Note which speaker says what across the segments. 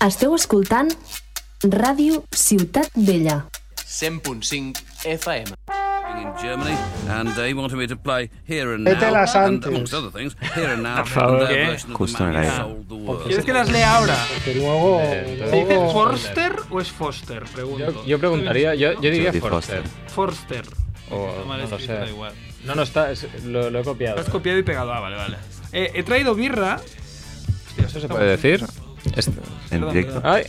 Speaker 1: Esteu escoltant Ràdio Ciutat Vella.
Speaker 2: 100.5 FM.
Speaker 3: in Germany, and they wanted me to play Here and
Speaker 4: Vete
Speaker 3: Now,
Speaker 4: las
Speaker 3: and
Speaker 4: antes.
Speaker 3: amongst other things, Here and Now,
Speaker 5: favor.
Speaker 3: and
Speaker 5: ¿Qué?
Speaker 3: their version of
Speaker 6: Justo
Speaker 3: the
Speaker 6: en
Speaker 3: man
Speaker 6: el
Speaker 3: who
Speaker 6: aire.
Speaker 3: sold the world.
Speaker 5: ¿Quieres que las lea ahora?
Speaker 4: Que luego.
Speaker 7: ¿Se
Speaker 4: luego-
Speaker 7: dice
Speaker 5: ¿Dice Forster o es Foster? Pregunto.
Speaker 7: Eh, Yo, yo preguntaría, yo, yo diría
Speaker 6: Jodie
Speaker 7: Forster.
Speaker 5: Forster.
Speaker 7: O,
Speaker 5: Está mal
Speaker 7: no lo
Speaker 5: escrito, da
Speaker 7: sé.
Speaker 5: igual.
Speaker 7: No, no está, es- lo, lo he
Speaker 5: Lo
Speaker 7: copiado.
Speaker 5: has copiado y pegado. Ah, vale, vale. Eh, he traído birra. Hostia,
Speaker 7: ¿Eso se puede decir? Es,
Speaker 6: En
Speaker 5: Perdón,
Speaker 6: directo.
Speaker 5: perdón.
Speaker 7: ay,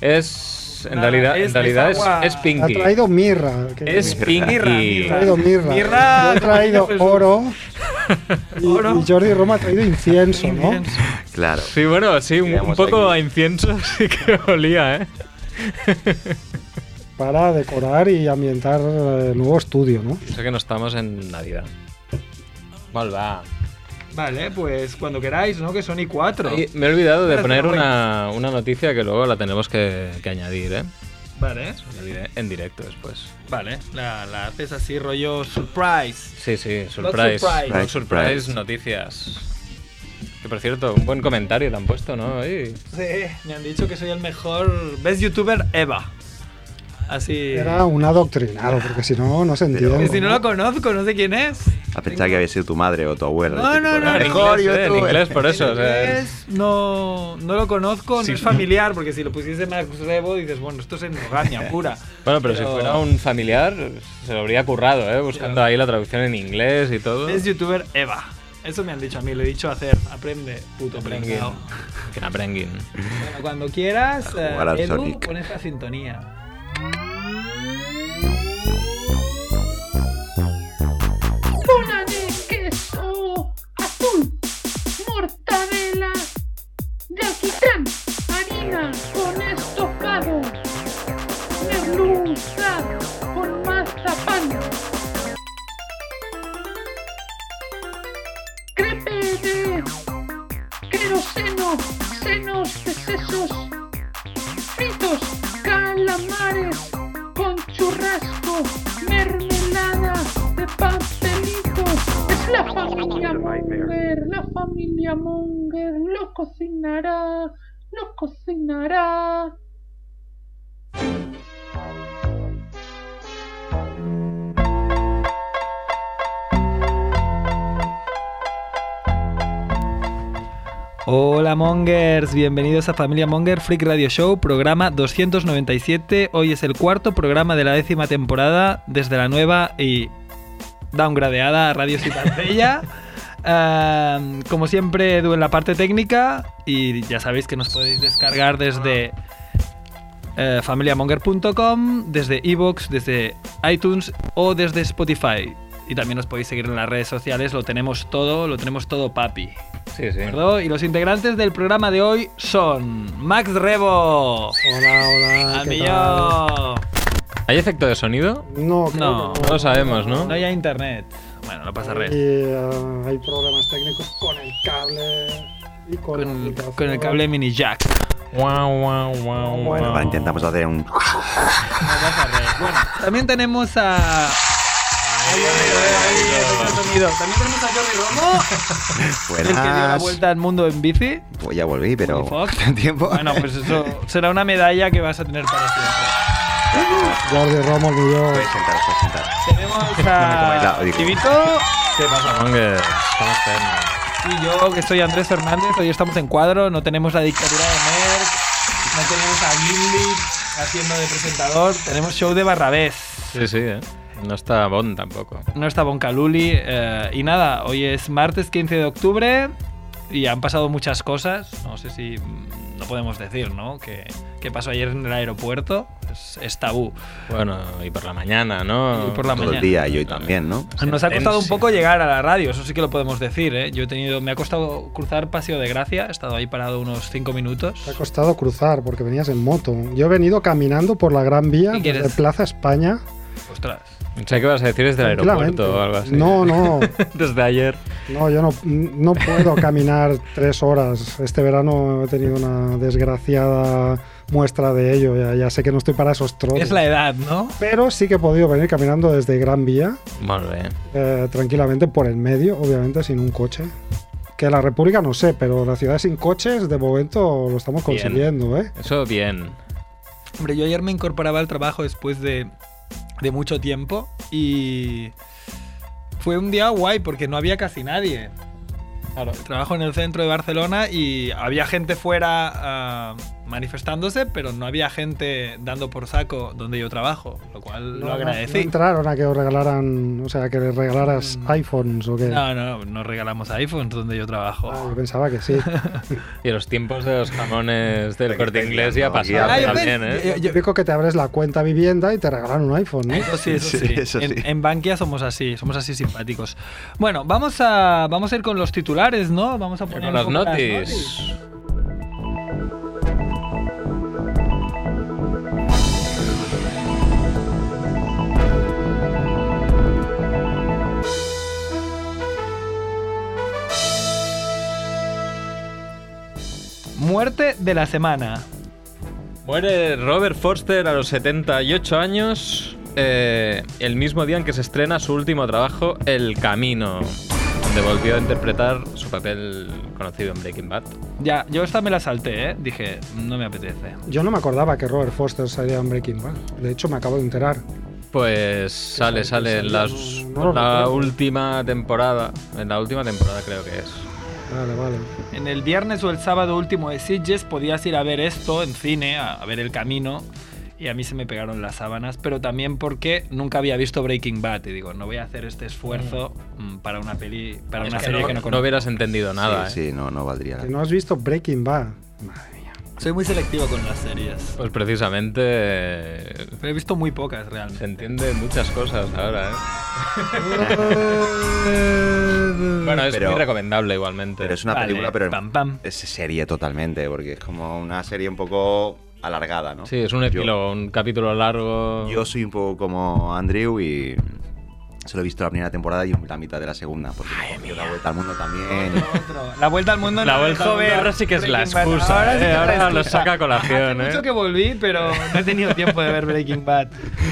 Speaker 7: es en
Speaker 5: Nada,
Speaker 7: realidad,
Speaker 5: Ah, es-
Speaker 7: en realidad
Speaker 5: es
Speaker 7: es,
Speaker 5: agua.
Speaker 7: es
Speaker 4: Ha
Speaker 7: Pinky.
Speaker 4: traído mirra. que-
Speaker 7: Es
Speaker 4: ha
Speaker 7: Pinky.
Speaker 4: traído mirra.
Speaker 5: Mirra,
Speaker 4: Yo he traído
Speaker 5: Jesús.
Speaker 4: oro. Y,
Speaker 5: Oro.
Speaker 4: y Jordi Roma ha traído incienso, ¿no?
Speaker 6: Claro.
Speaker 7: Sí, bueno, sí, un, un
Speaker 6: Veamos
Speaker 7: poco
Speaker 6: aquí.
Speaker 7: a incienso sí que olía, ¿eh?
Speaker 4: Para decorar y ambientar eh, el nuevo estudio, ¿no?
Speaker 7: Sé que no estamos en Navidad. Mal va.
Speaker 5: Vale, pues cuando queráis, ¿no? Que son i4.
Speaker 7: Ay, me he olvidado de
Speaker 5: Espérate,
Speaker 7: poner
Speaker 5: no,
Speaker 7: una, una noticia que luego la tenemos que, que añadir, ¿eh?
Speaker 5: Vale,
Speaker 7: La diré En directo después.
Speaker 5: vale. La, la haces así, rollo surprise.
Speaker 7: Sí, sí,
Speaker 5: Not surprise.
Speaker 7: surprise. Not
Speaker 6: Surprise,
Speaker 7: surprise,
Speaker 6: surprise.
Speaker 7: noticias. Que por cierto, un buen comentario te han puesto, ¿no? Ahí.
Speaker 5: Sí, me han dicho que soy el mejor best youtuber Eva. Así.
Speaker 4: Era un adoctrinado, porque si no, no se entiende.
Speaker 5: Que si no lo conozco, no sé quién es.
Speaker 6: A pensar que había sido tu madre o tu abuela.
Speaker 5: No,
Speaker 6: Tipo,
Speaker 5: no, no,
Speaker 6: "Ah,
Speaker 7: En
Speaker 6: mejor
Speaker 7: inglés, ¿eh? En
Speaker 6: youtuber".
Speaker 7: inglés, por eso. o sea,
Speaker 5: ¿Quién
Speaker 7: es-
Speaker 5: es? Pues, No, no lo conozco, no es familiar, porque si lo pusiese Max Rebo dices, bueno, esto es endogamia pura.
Speaker 7: Bueno, pero, si fuera un familiar, se lo habría currado, ¿eh? Buscando ahí la traducción en inglés y todo.
Speaker 5: Es youtuber Eva. Eso me han dicho a mí, lo he dicho hacer. Aprende, puto
Speaker 7: Aprenguin.
Speaker 5: pringao.
Speaker 7: Que aprenguin.
Speaker 5: Bueno, cuando quieras,
Speaker 6: A jugar al
Speaker 5: eh, Edu,
Speaker 6: Sonic.
Speaker 5: pon esta sintonía.
Speaker 8: bola de queso azul, mortadela, yaquitán, harina con estofado, merluza con mazapán, crepe de queroseno, senos de sesos, fritos, calamares con churrasco, mermelada de pastelitos. Es la familia Munger, la familia Munger lo cocinará, lo cocinará.
Speaker 5: Hola Mongers, bienvenidos a Familia Monger Freak Radio Show, programa 297. Hoy es el cuarto programa de la décima temporada desde la nueva y downgradeada Radio Ciudad Bella. Ehm, como siempre, Edu en la parte técnica y ya sabéis que nos podéis descargar desde eh, familiamonger.com, desde iVoox, desde iTunes o desde Spotify. Y también nos podéis seguir en las redes sociales, lo tenemos todo, lo tenemos todo papi.
Speaker 7: Sí, sí.
Speaker 5: Perdón, Y los integrantes del programa de hoy son Max Rebo,
Speaker 4: Hola, hola. ¿qué tal?
Speaker 5: Amillo.
Speaker 7: ¿Hay efecto de sonido?
Speaker 4: No, creo
Speaker 5: No,
Speaker 4: que
Speaker 7: No lo sabemos, ¿no?
Speaker 5: No hay internet. Bueno, no pasa red.
Speaker 4: Y, eh, hay problemas técnicos con el cable y con, la
Speaker 5: Con,
Speaker 4: aplicación.
Speaker 5: con el cable mini jack.
Speaker 7: Guau, guau, guau,
Speaker 4: Bueno,
Speaker 7: guau.
Speaker 6: Ahora intentamos hacer un.
Speaker 5: No pasa red. Bueno, también tenemos a. También tenemos a Jordi Romo, el que dio la
Speaker 6: Buenas.
Speaker 5: vuelta al mundo en bici.
Speaker 6: Pues ya volví, pero.
Speaker 5: Unifox.
Speaker 6: hace tiempo.
Speaker 5: Bueno, pues eso será una medalla que vas a tener para siempre.
Speaker 4: Jordi Ramos y yo.
Speaker 6: Puedes sentaros, puedes sentaros.
Speaker 5: Tenemos
Speaker 6: comáis
Speaker 5: a
Speaker 6: la- digo.
Speaker 5: Chivito
Speaker 7: ¿Qué pasa, Mongers? ¿Cómo están?
Speaker 5: Y yo, que soy Andrés Fernández, hoy estamos en cuadro, no tenemos la dictadura de Merck, no tenemos a Gimli haciendo de presentador, tenemos show de Barrabés.
Speaker 7: Sí, sí, ¿eh? No está Bon tampoco.
Speaker 5: No está Boncaluli eh, y nada, hoy es martes 15 de octubre y han pasado muchas cosas, no sé si mm, no podemos decir, ¿no? Que, que pasó ayer en el aeropuerto, es, es tabú.
Speaker 7: Bueno, y por la mañana, ¿no?
Speaker 5: Y por la
Speaker 6: Todo el
Speaker 5: mañana.
Speaker 6: día y hoy también, ¿no?
Speaker 5: Ah, Nos ha costado un
Speaker 7: Sentencia.
Speaker 5: poco llegar a la radio, eso sí que lo podemos decir, ¿eh? Yo he tenido, me ha costado cruzar Paseo de Gracia, he estado ahí parado unos 5 minutos.
Speaker 4: Te ha costado cruzar porque venías en moto. Yo he venido caminando por la Gran Vía
Speaker 5: ¿Y quieres?
Speaker 4: desde Plaza España.
Speaker 5: Ostras.
Speaker 7: Sé que vas a decir desde el
Speaker 4: tranquilamente.
Speaker 7: aeropuerto o algo así.
Speaker 4: No, no,
Speaker 7: Desde ayer.
Speaker 4: no, yo no, no puedo caminar tres horas. Este verano he tenido una desgraciada muestra de ello. Ya, ya sé que no estoy para esos trotes.
Speaker 5: Es la e- edad, ¿no?
Speaker 4: Pero sí que he podido venir caminando desde Gran Vía
Speaker 7: Molt bé.
Speaker 4: eh, tranquilamente por el medio, obviamente sin un coche. Que la República no sé, pero la ciudad sin coches de momento lo estamos
Speaker 7: Bien.
Speaker 4: consiguiendo, ¿eh?
Speaker 7: Eso bien.
Speaker 5: Hombre, yo ayer me incorporaba al trabajo después de, de mucho tiempo y fue un día guay porque no había casi nadie.
Speaker 7: Claro.
Speaker 5: Trabajo en el centro de Barcelona y había gente fuera ah, manifestándose, pero no había gente dando por saco donde yo trabajo, lo cual lo
Speaker 4: No, no
Speaker 5: agradecí.
Speaker 4: entraron a que os regalaran, o sea, que les regalaras
Speaker 5: Mm.
Speaker 4: iPhones o qué.
Speaker 5: No, no, no regalamos iPhones donde yo trabajo.
Speaker 4: Ah, yo pensaba que sí.
Speaker 7: Y los tiempos de los jamones del
Speaker 6: Aquí
Speaker 7: corte
Speaker 6: estoy
Speaker 7: inglés ya
Speaker 6: viendo,
Speaker 7: pasaron
Speaker 5: Ah,
Speaker 6: aquí
Speaker 5: yo
Speaker 7: también,
Speaker 5: pens-
Speaker 7: ¿eh?
Speaker 5: yo- yo-
Speaker 4: Típico que te abres la cuenta vivienda y te regalan un iPhone, ¿no?
Speaker 5: Eso sí, eso sí.
Speaker 6: Sí, eso
Speaker 5: en,
Speaker 6: sí.
Speaker 5: en Bankia somos así, somos así simpáticos. Bueno, vamos a, vamos a ir con los titulares, ¿no? Vamos a poner
Speaker 7: Con
Speaker 5: un
Speaker 7: las
Speaker 5: poco las
Speaker 7: notis.
Speaker 5: Muerte de la semana.
Speaker 7: Muere Robert Forster a los 78 años, eh, el mismo día en que se estrena su último trabajo, El Camino, donde volvió a interpretar su papel conocido en Breaking Bad.
Speaker 5: Ya, yo esta me la salté, ¿eh? Dije, no me apetece.
Speaker 4: Yo no me acordaba que Robert Foster salía en Breaking Bad. De hecho, me acabo de enterar.
Speaker 7: Pues sale,
Speaker 4: sale,
Speaker 7: sale en
Speaker 4: no-
Speaker 7: las-
Speaker 4: no lo
Speaker 7: la
Speaker 4: recuerdo.
Speaker 7: última temporada, en la última temporada creo que es.
Speaker 4: Vale, vale.
Speaker 5: En el viernes o el sábado último de Sitges podías ir a ver esto en cine, a, a ver el camino. Y a mí se me pegaron las sábanas, pero también porque nunca había visto Breaking Bad. Y digo, no voy a hacer este esfuerzo mm, para una peli, para
Speaker 7: Es
Speaker 5: una
Speaker 7: que
Speaker 5: serie
Speaker 7: no,
Speaker 5: que no
Speaker 7: no
Speaker 5: conozco.
Speaker 7: hubieras entendido nada.
Speaker 6: Sí,
Speaker 7: ¿eh?
Speaker 6: sí, no, no valdría. la-
Speaker 4: Que no has visto Breaking Bad. Madre mía.
Speaker 5: Soy muy selectivo con las series.
Speaker 7: Pues precisamente eh,
Speaker 5: He visto muy pocas realmente.
Speaker 7: se entiende muchas cosas ahora. ¿eh? Bueno, es
Speaker 6: Mm. Pero-
Speaker 7: muy recomendable igualmente.
Speaker 6: Pero es una
Speaker 5: Vale,
Speaker 6: película, pero
Speaker 5: pam, pam.
Speaker 6: es serie totalmente, porque es como una serie un poco alargada, ¿no?
Speaker 7: Sí, es un epílogo, un capítulo largo.
Speaker 6: Yo soy un poco como Andrew y solo he visto la primera temporada y la mitad de la segunda, porque me dio la vuelta al mundo también.
Speaker 5: Otro. La vuelta al mundo.
Speaker 7: La
Speaker 5: no,
Speaker 7: vuelta
Speaker 5: al mundo.
Speaker 7: ahora sí que es la
Speaker 5: Breaking Bad.
Speaker 7: excusa. Ahora,
Speaker 5: sí que es la
Speaker 7: ahora lo
Speaker 5: excusa.
Speaker 7: saca a colación,
Speaker 5: Hace
Speaker 7: ¿eh?
Speaker 5: mucho que volví, pero no he tenido tiempo de ver Breaking Bad.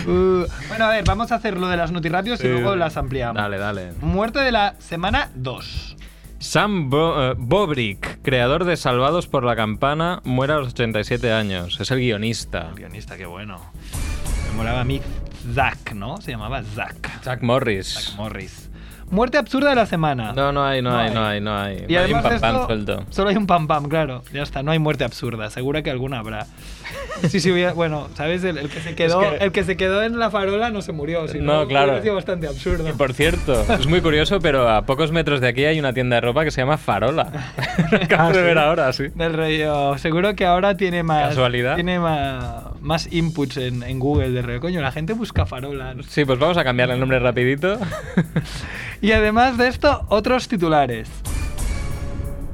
Speaker 5: Uh, bueno, a ver, vamos a hacer lo de las notirapios
Speaker 7: Sí.
Speaker 5: y luego las ampliamos.
Speaker 7: Dale, dale.
Speaker 5: Muerte de la semana 2.
Speaker 7: Sam Bo- eh, Bobrick, creador de Salvados por la Campana, muere a los 87 años. Es el guionista.
Speaker 5: Guionista, qué bueno. Me molaba a mí Zack, ¿no? Se llamaba Zack.
Speaker 7: Zack
Speaker 5: Zack
Speaker 7: Morris.
Speaker 5: Morris. Muerte absurda de la semana.
Speaker 7: No, no hay, no,
Speaker 5: No
Speaker 7: hay,
Speaker 5: hay.
Speaker 7: no hay, no hay.
Speaker 5: Y
Speaker 7: No hay
Speaker 5: además
Speaker 7: un
Speaker 5: de
Speaker 7: pam, pam
Speaker 5: esto,
Speaker 7: suelto.
Speaker 5: solo hay un pam pam, claro. Ya está, no hay muerte absurda. Segura que alguna habrá. Sí, sí, hubiera- bueno, ¿sabes? El, el que se quedó,
Speaker 7: Es que-
Speaker 5: el que se quedó en la farola no se murió. si
Speaker 7: No, claro.
Speaker 5: hubiera sido bastante absurdo.
Speaker 7: Y por cierto, es muy curioso, pero a pocos metros de aquí hay una tienda de ropa que se llama Farola. Lo Acabo
Speaker 5: Ah,
Speaker 7: de
Speaker 5: ¿sí?
Speaker 7: ver ahora, sí.
Speaker 5: Del rollo. Seguro que ahora tiene más.
Speaker 7: Casualidad.
Speaker 5: Tiene más, más inputs en, en Google del rollo. Coño, la gente busca farola. no sé.
Speaker 7: Sí, pues vamos a cambiarle el nombre rapidito.
Speaker 5: Y además de esto, otros titulares.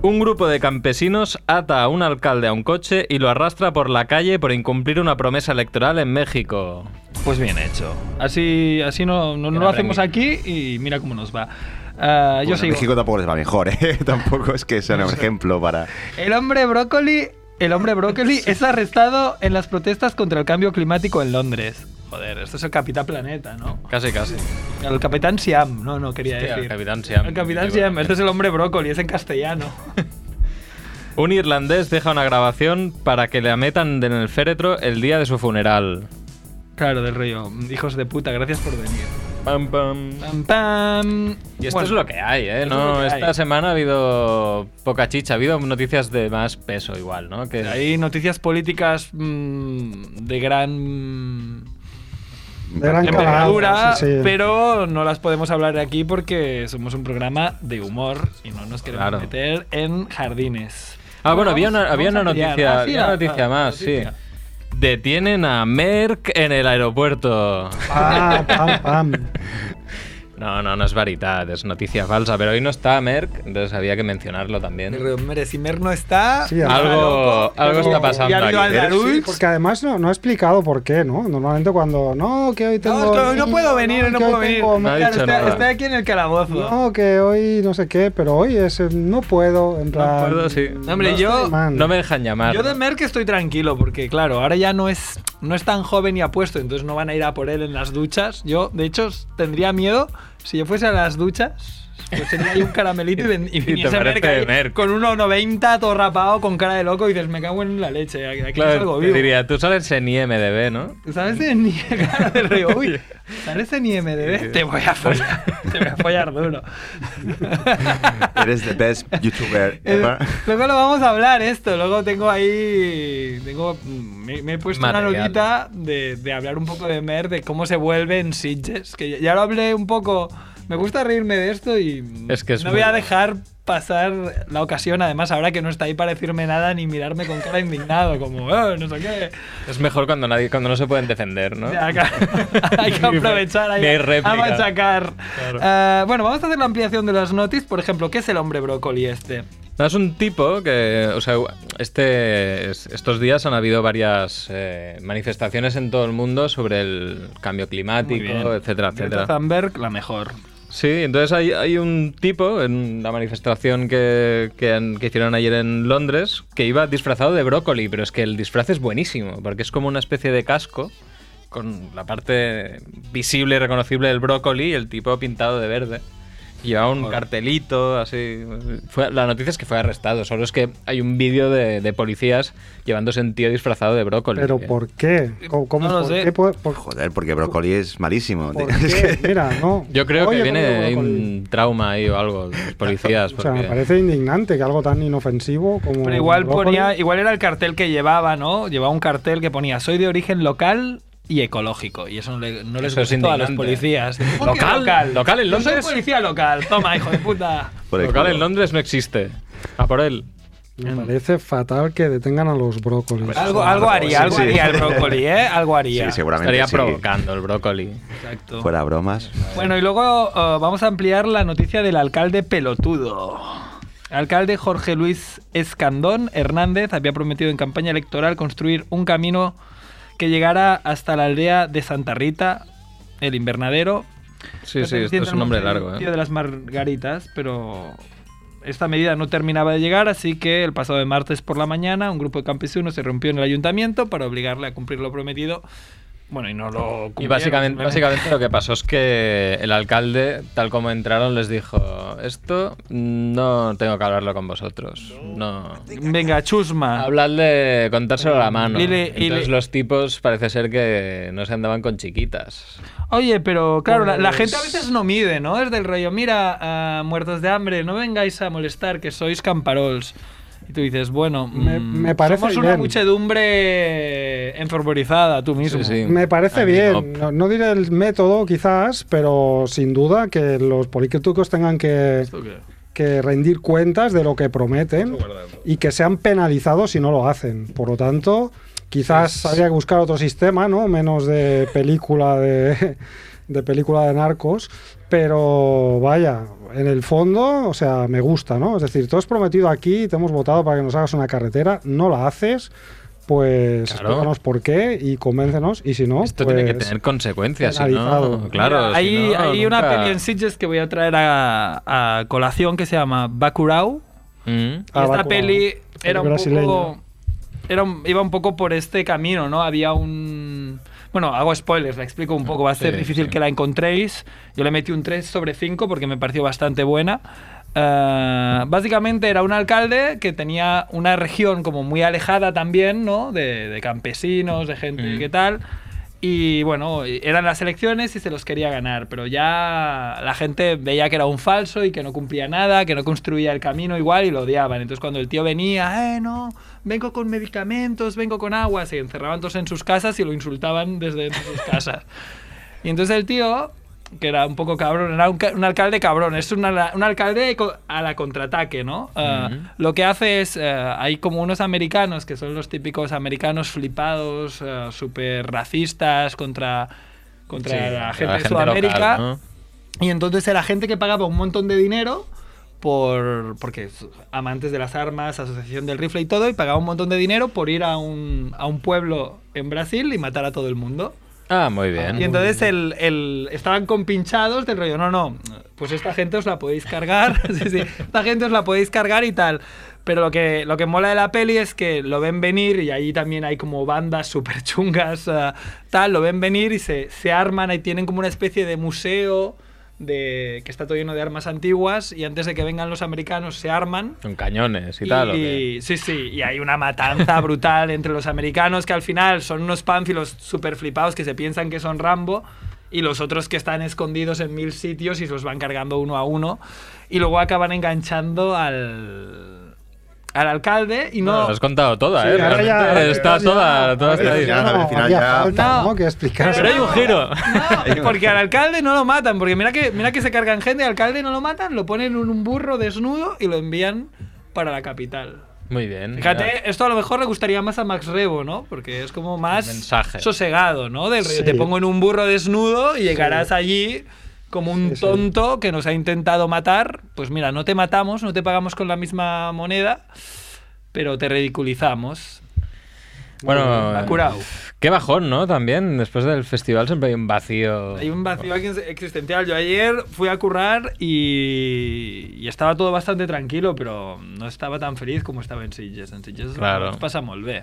Speaker 7: Un grupo de campesinos ata a un alcalde a un coche y lo arrastra por la calle por incumplir una promesa electoral en México.
Speaker 5: Pues bien hecho. Así, así no, no, no lo hacemos aquí y mira cómo nos va. Ah, yo
Speaker 6: Bueno,
Speaker 5: sigo.
Speaker 6: México tampoco les va mejor, ¿eh? Tampoco es que sea un ejemplo para...
Speaker 5: El hombre brócoli, el hombre brócoli es arrestado en las protestas contra el cambio climático en Londres. Joder, esto es el Capitán Planeta, ¿no?
Speaker 7: Casi, casi.
Speaker 5: El Capitán Siam, no, no quería
Speaker 7: Hostia,
Speaker 5: decir.
Speaker 7: el Capitán Siam.
Speaker 5: El Capitán
Speaker 7: Sí, bueno,
Speaker 5: Siam, este es el hombre brócoli, es en castellano.
Speaker 7: Un irlandés deja una grabación para que la metan en el féretro el día de su funeral.
Speaker 5: Claro, del río. Hijos de puta, gracias por venir.
Speaker 7: Pam, pam.
Speaker 5: Pam, pam.
Speaker 7: Y esto
Speaker 5: Bueno,
Speaker 7: es lo que hay,
Speaker 5: esto
Speaker 7: ¿eh?
Speaker 5: es lo
Speaker 7: No,
Speaker 5: que
Speaker 7: esta
Speaker 5: hay.
Speaker 7: semana ha habido poca chicha, ha habido noticias de más peso igual, ¿no? Que
Speaker 5: Hay noticias políticas mm, de gran
Speaker 4: De gran calado.
Speaker 6: Em,
Speaker 5: envergadura,
Speaker 4: Ah, Sí, sí.
Speaker 5: pero no las podemos hablar aquí porque somos un programa de humor y no nos queremos
Speaker 7: Claro.
Speaker 5: meter en jardines.
Speaker 7: Ah, bueno, había una, había una
Speaker 5: vamos a ampliar.
Speaker 7: noticia,
Speaker 5: Ah, sí,
Speaker 7: una
Speaker 5: la-
Speaker 7: noticia
Speaker 5: la
Speaker 7: más,
Speaker 5: noticia.
Speaker 7: sí. Detienen a Merck en el aeropuerto.
Speaker 4: Pam, Ah, pam, pam.
Speaker 7: No, no, no es veritat, es noticia falsa, pero hoy no está Merck, entonces había que mencionarlo también.
Speaker 5: Pero, hombre, si Mer no está,
Speaker 4: Sí,
Speaker 5: está
Speaker 7: algo-
Speaker 5: loco.
Speaker 7: algo está
Speaker 5: Ya
Speaker 7: pasando
Speaker 5: ha habido
Speaker 7: aquí.
Speaker 5: Aldarull.
Speaker 4: Sí, porque además no, no ha explicado por qué, ¿no? Normalmente cuando, no, que hoy tengo...
Speaker 5: No, es que hoy no puedo venir, no
Speaker 4: que hoy
Speaker 5: puedo venir.
Speaker 4: tengo-
Speaker 7: No ha
Speaker 5: Claro,
Speaker 7: dicho
Speaker 5: está-
Speaker 7: nada.
Speaker 5: Estoy aquí en el calabozo.
Speaker 4: No, que hoy no sé qué, pero hoy es eh, no puedo, en plan...
Speaker 7: puedo, sí.
Speaker 5: No, hombre, yo,
Speaker 4: man.
Speaker 7: No me dejan llamar.
Speaker 5: yo de Merck estoy tranquilo porque, claro, ahora ya no es, no es tan joven y apuesto, entonces no van a ir a por él en las duchas. Yo, de hecho, tendría miedo si yo fuese a las duchas Pues tenía ahí un caramelito y, ven- y,
Speaker 7: Y te
Speaker 5: venía ese
Speaker 7: parece
Speaker 5: merca ahí
Speaker 7: Merck.
Speaker 5: con un 1,90 todo rapado, con cara de loco, y dices, me cago en la leche, aquí, aquí es algo
Speaker 7: Claro, te
Speaker 5: vivo.
Speaker 7: diría, tú sales en IMDB, ¿no?
Speaker 5: ¿Sabes de ni cara de rey? Uy, ¿sabes de ni MDB? Te voy a follar, te voy a follar duro.
Speaker 6: Eres the best YouTuber
Speaker 5: Eh,
Speaker 6: ever.
Speaker 5: Luego lo vamos a hablar esto. Luego tengo ahí. Tengo, me, me he puesto una
Speaker 7: Material.
Speaker 5: notita de, de hablar un poco de Mer, de cómo se vuelve en Sitges. Que ya, ya lo hablé un poco. Me gusta reírme de esto y
Speaker 7: Es que es
Speaker 5: no
Speaker 7: muy
Speaker 5: voy a
Speaker 7: bueno.
Speaker 5: dejar pasar la ocasión, además ahora que no está ahí para decirme nada ni mirarme con cara indignado, como, "Eh, no sé qué.
Speaker 7: Es mejor cuando nadie, cuando no se pueden defender, ¿no?
Speaker 5: O sea, acá- hay que aprovechar ahí
Speaker 7: Ni hay
Speaker 5: a
Speaker 7: réplica.
Speaker 5: machacar.
Speaker 7: Claro.
Speaker 5: Eh, bueno, vamos a hacer la ampliación de las noticias. Por ejemplo, ¿qué es el hombre brócoli este?
Speaker 7: No, es un tipo que, o sea, este, es- estos días han habido varias eh, manifestaciones en todo el mundo sobre el cambio climático, etcétera,
Speaker 5: Greta
Speaker 7: etcétera.
Speaker 5: Thunberg, la mejor.
Speaker 7: Sí, entonces hay, hay un tipo en la manifestación que, que han- que hicieron ayer en Londres que iba disfrazado de brócoli, pero es que el disfraz es buenísimo, porque es como una especie de casco con la parte visible y reconocible del brócoli y el tipo pintado de verde. Llevaba un cartelito, así. Fue- la noticia es que fue arrestado, solo es que hay un vídeo de, de policías llevándose un tío disfrazado de brócoli.
Speaker 4: Pero ¿por qué? ¿Cómo, cómo-
Speaker 5: No lo
Speaker 4: por
Speaker 5: sé.
Speaker 4: qué puede- por-
Speaker 6: Joder, porque brócoli es malísimo.
Speaker 4: por
Speaker 6: tío. Es
Speaker 4: qué?
Speaker 6: que-
Speaker 4: Mira, no.
Speaker 7: Yo creo
Speaker 4: Oye,
Speaker 7: que viene
Speaker 4: ¿cómo
Speaker 7: hay
Speaker 4: lo coloco?
Speaker 7: un trauma ahí o algo de los policías.
Speaker 4: O sea, me
Speaker 7: porque-
Speaker 4: parece indignante que algo tan inofensivo como.
Speaker 5: Pero igual
Speaker 4: brócoli-
Speaker 5: ponía, igual era el cartel que llevaba, ¿no? Llevaba un cartel que ponía soy de origen local y ecológico. Y eso no, le- no les
Speaker 7: Eso es
Speaker 5: gustó a los
Speaker 7: indignante.
Speaker 5: policías. ¿Por qué
Speaker 7: Local, local en
Speaker 5: Yo soy
Speaker 7: Londres.
Speaker 5: policía local. Toma, hijo de puta.
Speaker 6: por el
Speaker 7: Local
Speaker 6: culo.
Speaker 7: en Londres no existe. A por él.
Speaker 4: Me parece fatal que detengan a los
Speaker 7: Pues
Speaker 4: brócolis.
Speaker 5: Algo, Ah, algo haría,
Speaker 6: sí,
Speaker 5: algo
Speaker 6: sí.
Speaker 5: haría el brócoli, ¿eh? Algo haría.
Speaker 6: Sí, seguramente.
Speaker 7: Estaría
Speaker 6: sí.
Speaker 7: provocando el brócoli.
Speaker 5: Exacto.
Speaker 6: Fuera bromas.
Speaker 5: Bueno, y luego eh, vamos a ampliar la noticia del alcalde pelotudo. El alcalde Jorge Luis Escandón Hernández había prometido en campaña electoral construir un camino que llegara hasta la aldea de Santa Rita, el invernadero.
Speaker 7: Sí, sí, esto es un nombre largo.
Speaker 5: Tío
Speaker 7: ¿eh?
Speaker 5: de las Margaritas, pero esta medida no terminaba de llegar, así que el pasado de martes por la mañana un grupo de campesinos se rompió en el ayuntamiento para obligarle a cumplir lo prometido. Bueno, y no lo cumplieron.
Speaker 7: Y básicamente,
Speaker 5: obviamente.
Speaker 7: básicamente lo que pasó es que el alcalde, tal como entraron, les dijo: Esto no tengo que hablarlo con vosotros. No.
Speaker 5: Venga, chusma.
Speaker 7: Habladle, contárselo a la mano.
Speaker 5: Y le- y
Speaker 7: Entonces
Speaker 5: le-
Speaker 7: los tipos parece ser que no se andaban con chiquitas.
Speaker 5: Oye, pero claro, la, la
Speaker 4: Pues-
Speaker 5: gente a veces no mide, ¿no? Es del rollo, mira, ah, muertos de hambre, no vengáis a molestar, que sois camparols. Y tú dices, bueno,
Speaker 4: Me-
Speaker 5: mm,
Speaker 4: me parece
Speaker 5: somos una
Speaker 4: bien.
Speaker 5: muchedumbre enfervorizada, tú mismo.
Speaker 7: Sí, sí.
Speaker 4: Me parece
Speaker 7: Aquí
Speaker 4: bien. No,
Speaker 7: no.
Speaker 4: no diré el método, quizás, pero sin duda que los políticos tengan que, que rendir cuentas de lo que prometen y que sean penalizados si no lo hacen. Por lo tanto, quizás habría que buscar otro sistema, ¿no? Menos de película de, de película de narcos. Pero vaya, en el fondo, o sea, me gusta, ¿no? Es decir, tú has prometido aquí, te hemos votado para que nos hagas una carretera, no la haces, pues
Speaker 7: Claro.
Speaker 4: explícanos por qué y convéncenos. Y si no,
Speaker 7: Esto
Speaker 4: pues,
Speaker 7: tiene que tener consecuencias, si
Speaker 4: penalizado.
Speaker 7: no.
Speaker 5: Oh,
Speaker 7: Claro,
Speaker 5: Mira, hay,
Speaker 7: si no,
Speaker 5: hay una
Speaker 7: nunca-
Speaker 5: peli en Sitges que voy a traer a, a colación que se llama Bakurau.
Speaker 7: Mm.
Speaker 5: Y
Speaker 4: Ah,
Speaker 5: esta
Speaker 4: Bakurau.
Speaker 5: peli
Speaker 4: Peli
Speaker 5: era un
Speaker 4: brasileña.
Speaker 5: poco. Era un- iba un poco por este camino, ¿no? Había un. Bueno, hago spoilers, la explico un poco. Va a ser
Speaker 7: Sí,
Speaker 5: difícil
Speaker 7: sí.
Speaker 5: que la encontréis. Yo le metí un 3 sobre 5 porque me pareció bastante buena. Ah, básicamente era un alcalde que tenía una región como muy alejada también, ¿no? De, de campesinos, de gente
Speaker 7: Mm.
Speaker 5: que tal. Y bueno, eran las elecciones y se los quería ganar, pero ya la gente veía que era un falso y que no cumplía nada, que no construía el camino igual y lo odiaban. Entonces cuando el tío venía, eh, no, vengo con medicamentos, vengo con agua, se encerraban todos en sus casas y lo insultaban desde dentro de sus casas. Y entonces el tío, que era un poco cabrón, era un, ca- un alcalde cabrón, es un, ala- un alcalde co- a la contraataque, ¿no? Eh, Lo que hace es, eh, hay como unos americanos, que son los típicos americanos flipados, eh, súper racistas contra, contra
Speaker 7: Sí,
Speaker 5: la
Speaker 7: la
Speaker 5: gente de
Speaker 7: gente
Speaker 5: Sudamérica.
Speaker 7: local, ¿no?
Speaker 5: Y entonces era gente que pagaba un montón de dinero por porque es amantes de las armas, asociación del rifle y todo, y pagaba un montón de dinero por ir a un, a un pueblo en Brasil y matar a todo el mundo.
Speaker 7: Ah, muy bien.
Speaker 5: Y entonces el, el- estaban compinchados del rollo, no, no, pues esta gente os la podéis cargar, sí, sí, esta gente os la podéis cargar y tal. Pero lo que, lo que mola de la peli es que lo ven venir y ahí también hay como bandas eh, súper chungas, tal, lo ven venir y se, se arman y tienen como una especie de museo de que está todo lleno de armas antiguas y antes de que vengan los americanos se arman.
Speaker 7: Con cañones y, tal. ¿o qué?
Speaker 5: sí, sí, y hay una matanza brutal entre los americanos que al final son unos pánfilos super flipados que se piensan que son Rambo y los otros que están escondidos en mil sitios y se los van cargando uno a uno y luego acaban enganchando al al alcalde y no
Speaker 7: Bueno, lo has contado toda,
Speaker 4: Sí,
Speaker 7: ¿eh?
Speaker 4: ahora ya-
Speaker 7: Realmente está
Speaker 4: ya-
Speaker 7: toda, toda está ahí.
Speaker 6: ya- al final
Speaker 4: había
Speaker 6: ya-
Speaker 4: falta,
Speaker 5: No.
Speaker 4: ¿no? Que explicar.
Speaker 7: Pero hay un giro.
Speaker 5: No, porque al alcalde no lo matan, porque mira que, mira que se cargan gente, al alcalde no lo matan, lo ponen en un burro desnudo y lo envían para la capital.
Speaker 7: Muy bien.
Speaker 5: Fíjate,
Speaker 7: mira.
Speaker 5: esto a lo mejor le gustaría más a Max Rebo, ¿no? Porque es como más
Speaker 7: Mensaje.
Speaker 5: sosegado, ¿no? Del rollo,
Speaker 4: Sí.
Speaker 5: te pongo en un burro desnudo y llegarás allí como un
Speaker 4: Sí, sí.
Speaker 5: tonto que nos ha intentado matar. Pues mira, no te matamos, no te pagamos con la misma moneda, pero te ridiculizamos.
Speaker 7: Bueno,
Speaker 5: Ha curado.
Speaker 7: qué bajón, ¿no? También, después del festival siempre hay un vacío.
Speaker 5: Hay un vacío aquí existencial. Yo ayer fui a currar y, y estaba todo bastante tranquilo, pero no estaba tan feliz como estaba en Sitges. En Sitges
Speaker 7: Claro.
Speaker 5: nos pasa molt bé.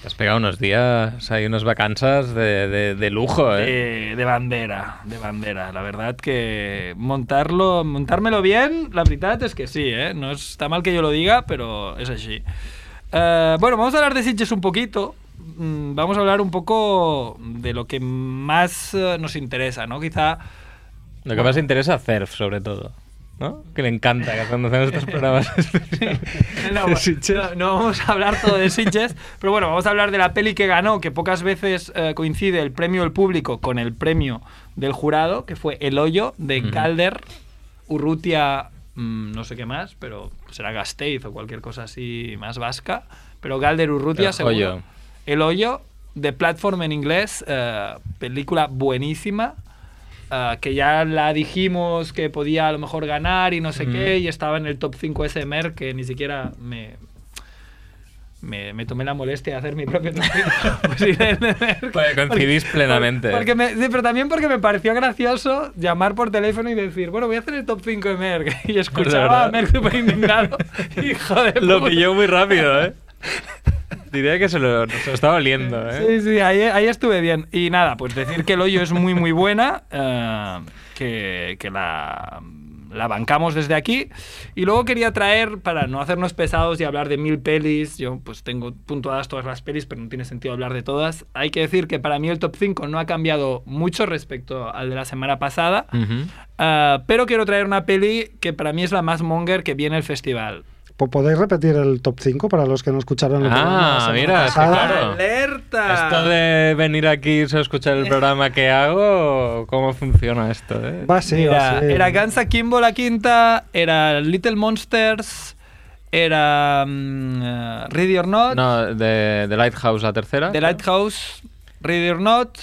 Speaker 7: Te has pegado unos días, hay unas vacanzas de, de- de lujo, ¿eh?
Speaker 5: Eh, de bandera, de bandera. La verdad que montarlo, montármelo bien, la verdad es que sí, ¿eh? No está mal que yo lo diga, pero es así. Eh, bueno, vamos a hablar de Sitges un poquito. Mm, Vamos a hablar un poco de lo que más eh, nos interesa, ¿no? Quizá
Speaker 7: Lo que más interesa a CERF, sobre todo. ¿No? Que le encanta que cuando hacemos estos programas especiales.
Speaker 5: no, no, no vamos a hablar todo de Sitges, pero bueno, vamos a hablar de la peli que ganó, que pocas veces eh, coincide el premio del público con el premio del jurado, que fue El Hoyo de Calder, Urrutia, mm, no sé qué más, pero será Gasteiz o cualquier cosa así más vasca, pero Calder Urrutia
Speaker 7: El
Speaker 5: seguro.
Speaker 7: Hoyo.
Speaker 5: El Hoyo de Platform en inglés, eh, película buenísima. eh, que ya la dijimos que podía a lo mejor ganar y no sé qué, y estaba en el top 5 SMR que ni siquiera me, me, me tomé la molestia de hacer mi propio
Speaker 7: Pues coincidís plenamente.
Speaker 5: Porque me- sí, pero también porque me pareció gracioso llamar por teléfono y decir, bueno, voy a hacer el top 5 de Merck. Y escuchaba a
Speaker 7: verdad.
Speaker 5: Merck súper indignado. Hijo de
Speaker 7: Lo
Speaker 5: puta.
Speaker 7: pilló muy rápido, ¿eh? Diría que se lo, se lo estaba oliendo, ¿eh?
Speaker 5: Sí, sí, ahí, ahí estuve bien. Y nada, pues decir que el hoyo es muy, muy buena, eh, que, que la, la bancamos desde aquí. Y luego quería traer, para no hacernos pesados y hablar de mil pelis, yo pues tengo puntuadas todas las pelis, pero no tiene sentido hablar de todas. Hay que decir que para mí el top 5 no ha cambiado mucho respecto al de la semana pasada.
Speaker 7: Mm.
Speaker 5: Ah, pero quiero traer una peli que para mí es la más monger que viene el festival.
Speaker 4: Po- ¿Podéis repetir el top 5 para los que no escucharon el
Speaker 7: Ah,
Speaker 4: programa la semana
Speaker 7: mira, es que
Speaker 4: pasada?
Speaker 7: claro.
Speaker 5: ¡Alerta!
Speaker 7: Ah. Esto de venir aquí y escuchar el programa que hago, ¿cómo funciona esto, eh?
Speaker 4: Va así, va
Speaker 5: era,
Speaker 4: así.
Speaker 5: era Gansa Kimbo la quinta, era Little Monsters, era mm, eh, Ready or Not,
Speaker 7: No, de, de Lighthouse la tercera.
Speaker 5: The Lighthouse, Ready or Not.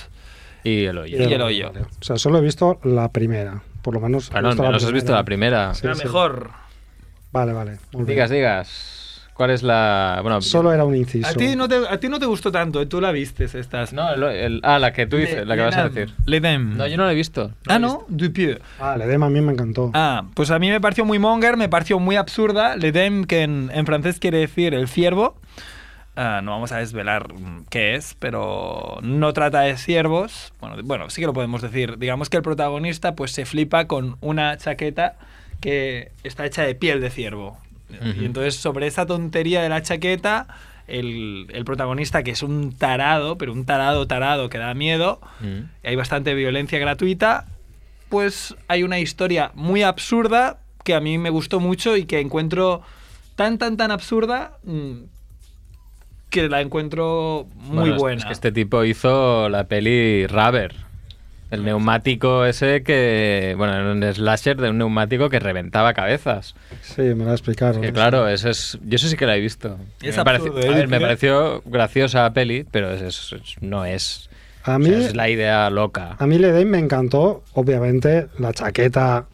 Speaker 7: Y el hoyo.
Speaker 5: Y el hoyo.
Speaker 4: O sea, solo he visto la primera. Por lo menos. he
Speaker 7: Perdón,
Speaker 4: visto
Speaker 7: no os has visto la primera.
Speaker 4: Sí, sí.
Speaker 5: mejor.
Speaker 4: Vale, vale. muy bien.
Speaker 7: Digas, digas. ¿Cuál es la...? Bueno,
Speaker 4: Solo era un inciso.
Speaker 5: A ti, no te, a ti no te gustó tanto, ¿eh? tú la vistes estas.
Speaker 7: No, el- el- ah, la que tú dices, la que vas a decir.
Speaker 5: Le Dem.
Speaker 7: No, yo no la he visto.
Speaker 5: Ah, no, Dupieux.
Speaker 4: Vale, Dema a mí me encantó.
Speaker 5: Ah, pues a mí me pareció muy monger, me pareció muy absurda. Le Dem, que en, en francés quiere decir el ciervo. Ah, no vamos a desvelar mm, qué es, pero no trata de ciervos. Bueno, de- bueno, sí que lo podemos decir. Digamos que el protagonista pues se flipa con una chaqueta que está hecha de piel de ciervo. Y entonces sobre esa tontería de la chaqueta, el, el protagonista, que es un tarado, pero un tarado tarado que da miedo,
Speaker 7: Mm.
Speaker 5: hay bastante violencia gratuita, pues hay una historia muy absurda que a mí me gustó mucho y que encuentro tan, tan, tan absurda mm, que la encuentro muy
Speaker 7: Bueno, es-
Speaker 5: buena.
Speaker 7: Es que este tipo hizo la peli Rubber. El neumático ese que. Bueno, era un slasher de un neumático que reventaba cabezas.
Speaker 4: Sí, me la explicaron.
Speaker 7: Que claro, eso es. Yo eso sí que la he visto.
Speaker 5: Es
Speaker 7: me,
Speaker 5: absurdo,
Speaker 7: parece-
Speaker 5: ¿eh?
Speaker 7: a ver, me pareció graciosa la peli, pero es- es- es- no es.
Speaker 4: A
Speaker 7: o
Speaker 4: mí,
Speaker 7: sea, es la idea loca.
Speaker 5: Ah.
Speaker 4: a mí Le Dame me encantó, obviamente, la chaqueta.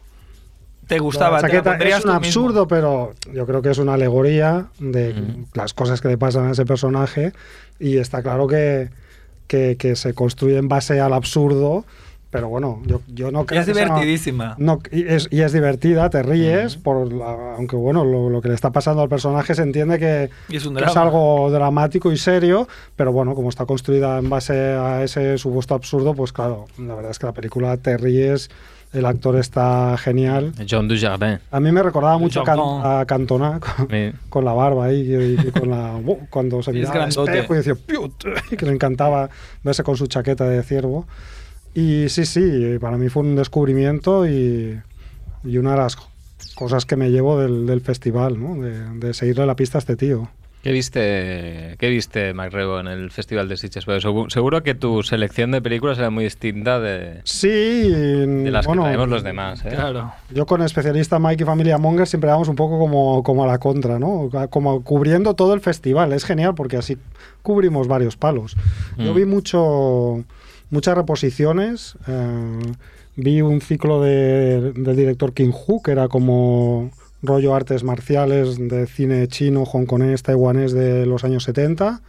Speaker 5: te gustaba,
Speaker 4: la
Speaker 5: te la
Speaker 4: chaqueta
Speaker 5: pondrías
Speaker 4: es un
Speaker 5: tú mismo.
Speaker 4: absurdo, pero yo creo que es una alegoría de las cosas que le pasan a ese personaje. Y está claro que, que, que se construye en base al absurdo. Pero bueno, yo, yo no creo
Speaker 5: Es
Speaker 4: que sea-
Speaker 5: divertidísima.
Speaker 4: No, y, es, y es divertida, te ríes, por la- aunque bueno, lo, lo que le está pasando al personaje se entiende que
Speaker 5: Y es un
Speaker 4: que
Speaker 5: drama.
Speaker 4: algo dramático y serio, pero bueno, como está construida en base a ese supuesto absurdo, pues claro, la verdad es que la película te ríes El actor está genial.
Speaker 7: John Dujardin.
Speaker 4: A mí me recordaba mucho a Can-
Speaker 5: Chardon.
Speaker 4: a Cantona
Speaker 5: Ah.
Speaker 4: con,
Speaker 7: Eh,
Speaker 4: con la barba ahí y, y con la, bu- cuando se
Speaker 5: Y es
Speaker 4: miraba al
Speaker 5: grandote.
Speaker 4: espejo y decía "Piut", que le encantaba verse con su chaqueta de ciervo. Y sí, sí, para mí fue un descubrimiento y, y una de las cosas que me llevo del, del festival, ¿no? de, de seguirle la pista a este tío.
Speaker 7: ¿Qué viste, qué viste MacRebo en el Festival de Sitges? Pero segu- seguro que tu selección de películas era muy distinta de,
Speaker 4: Sí, y,
Speaker 7: de las
Speaker 4: bueno,
Speaker 7: que traemos los demás. ¿eh?
Speaker 5: Claro.
Speaker 4: Yo con especialista Mike y familia Monger siempre vamos un poco como, como a la contra, ¿no? Como cubriendo todo el festival. Es genial porque así cubrimos varios palos. Yo
Speaker 7: Mm.
Speaker 4: vi mucho, muchas reposiciones. eh, vi un ciclo de- del director Kim Hu, que era como rollo artes marciales de cine chino, hongkonés, taiwanés de los años 70.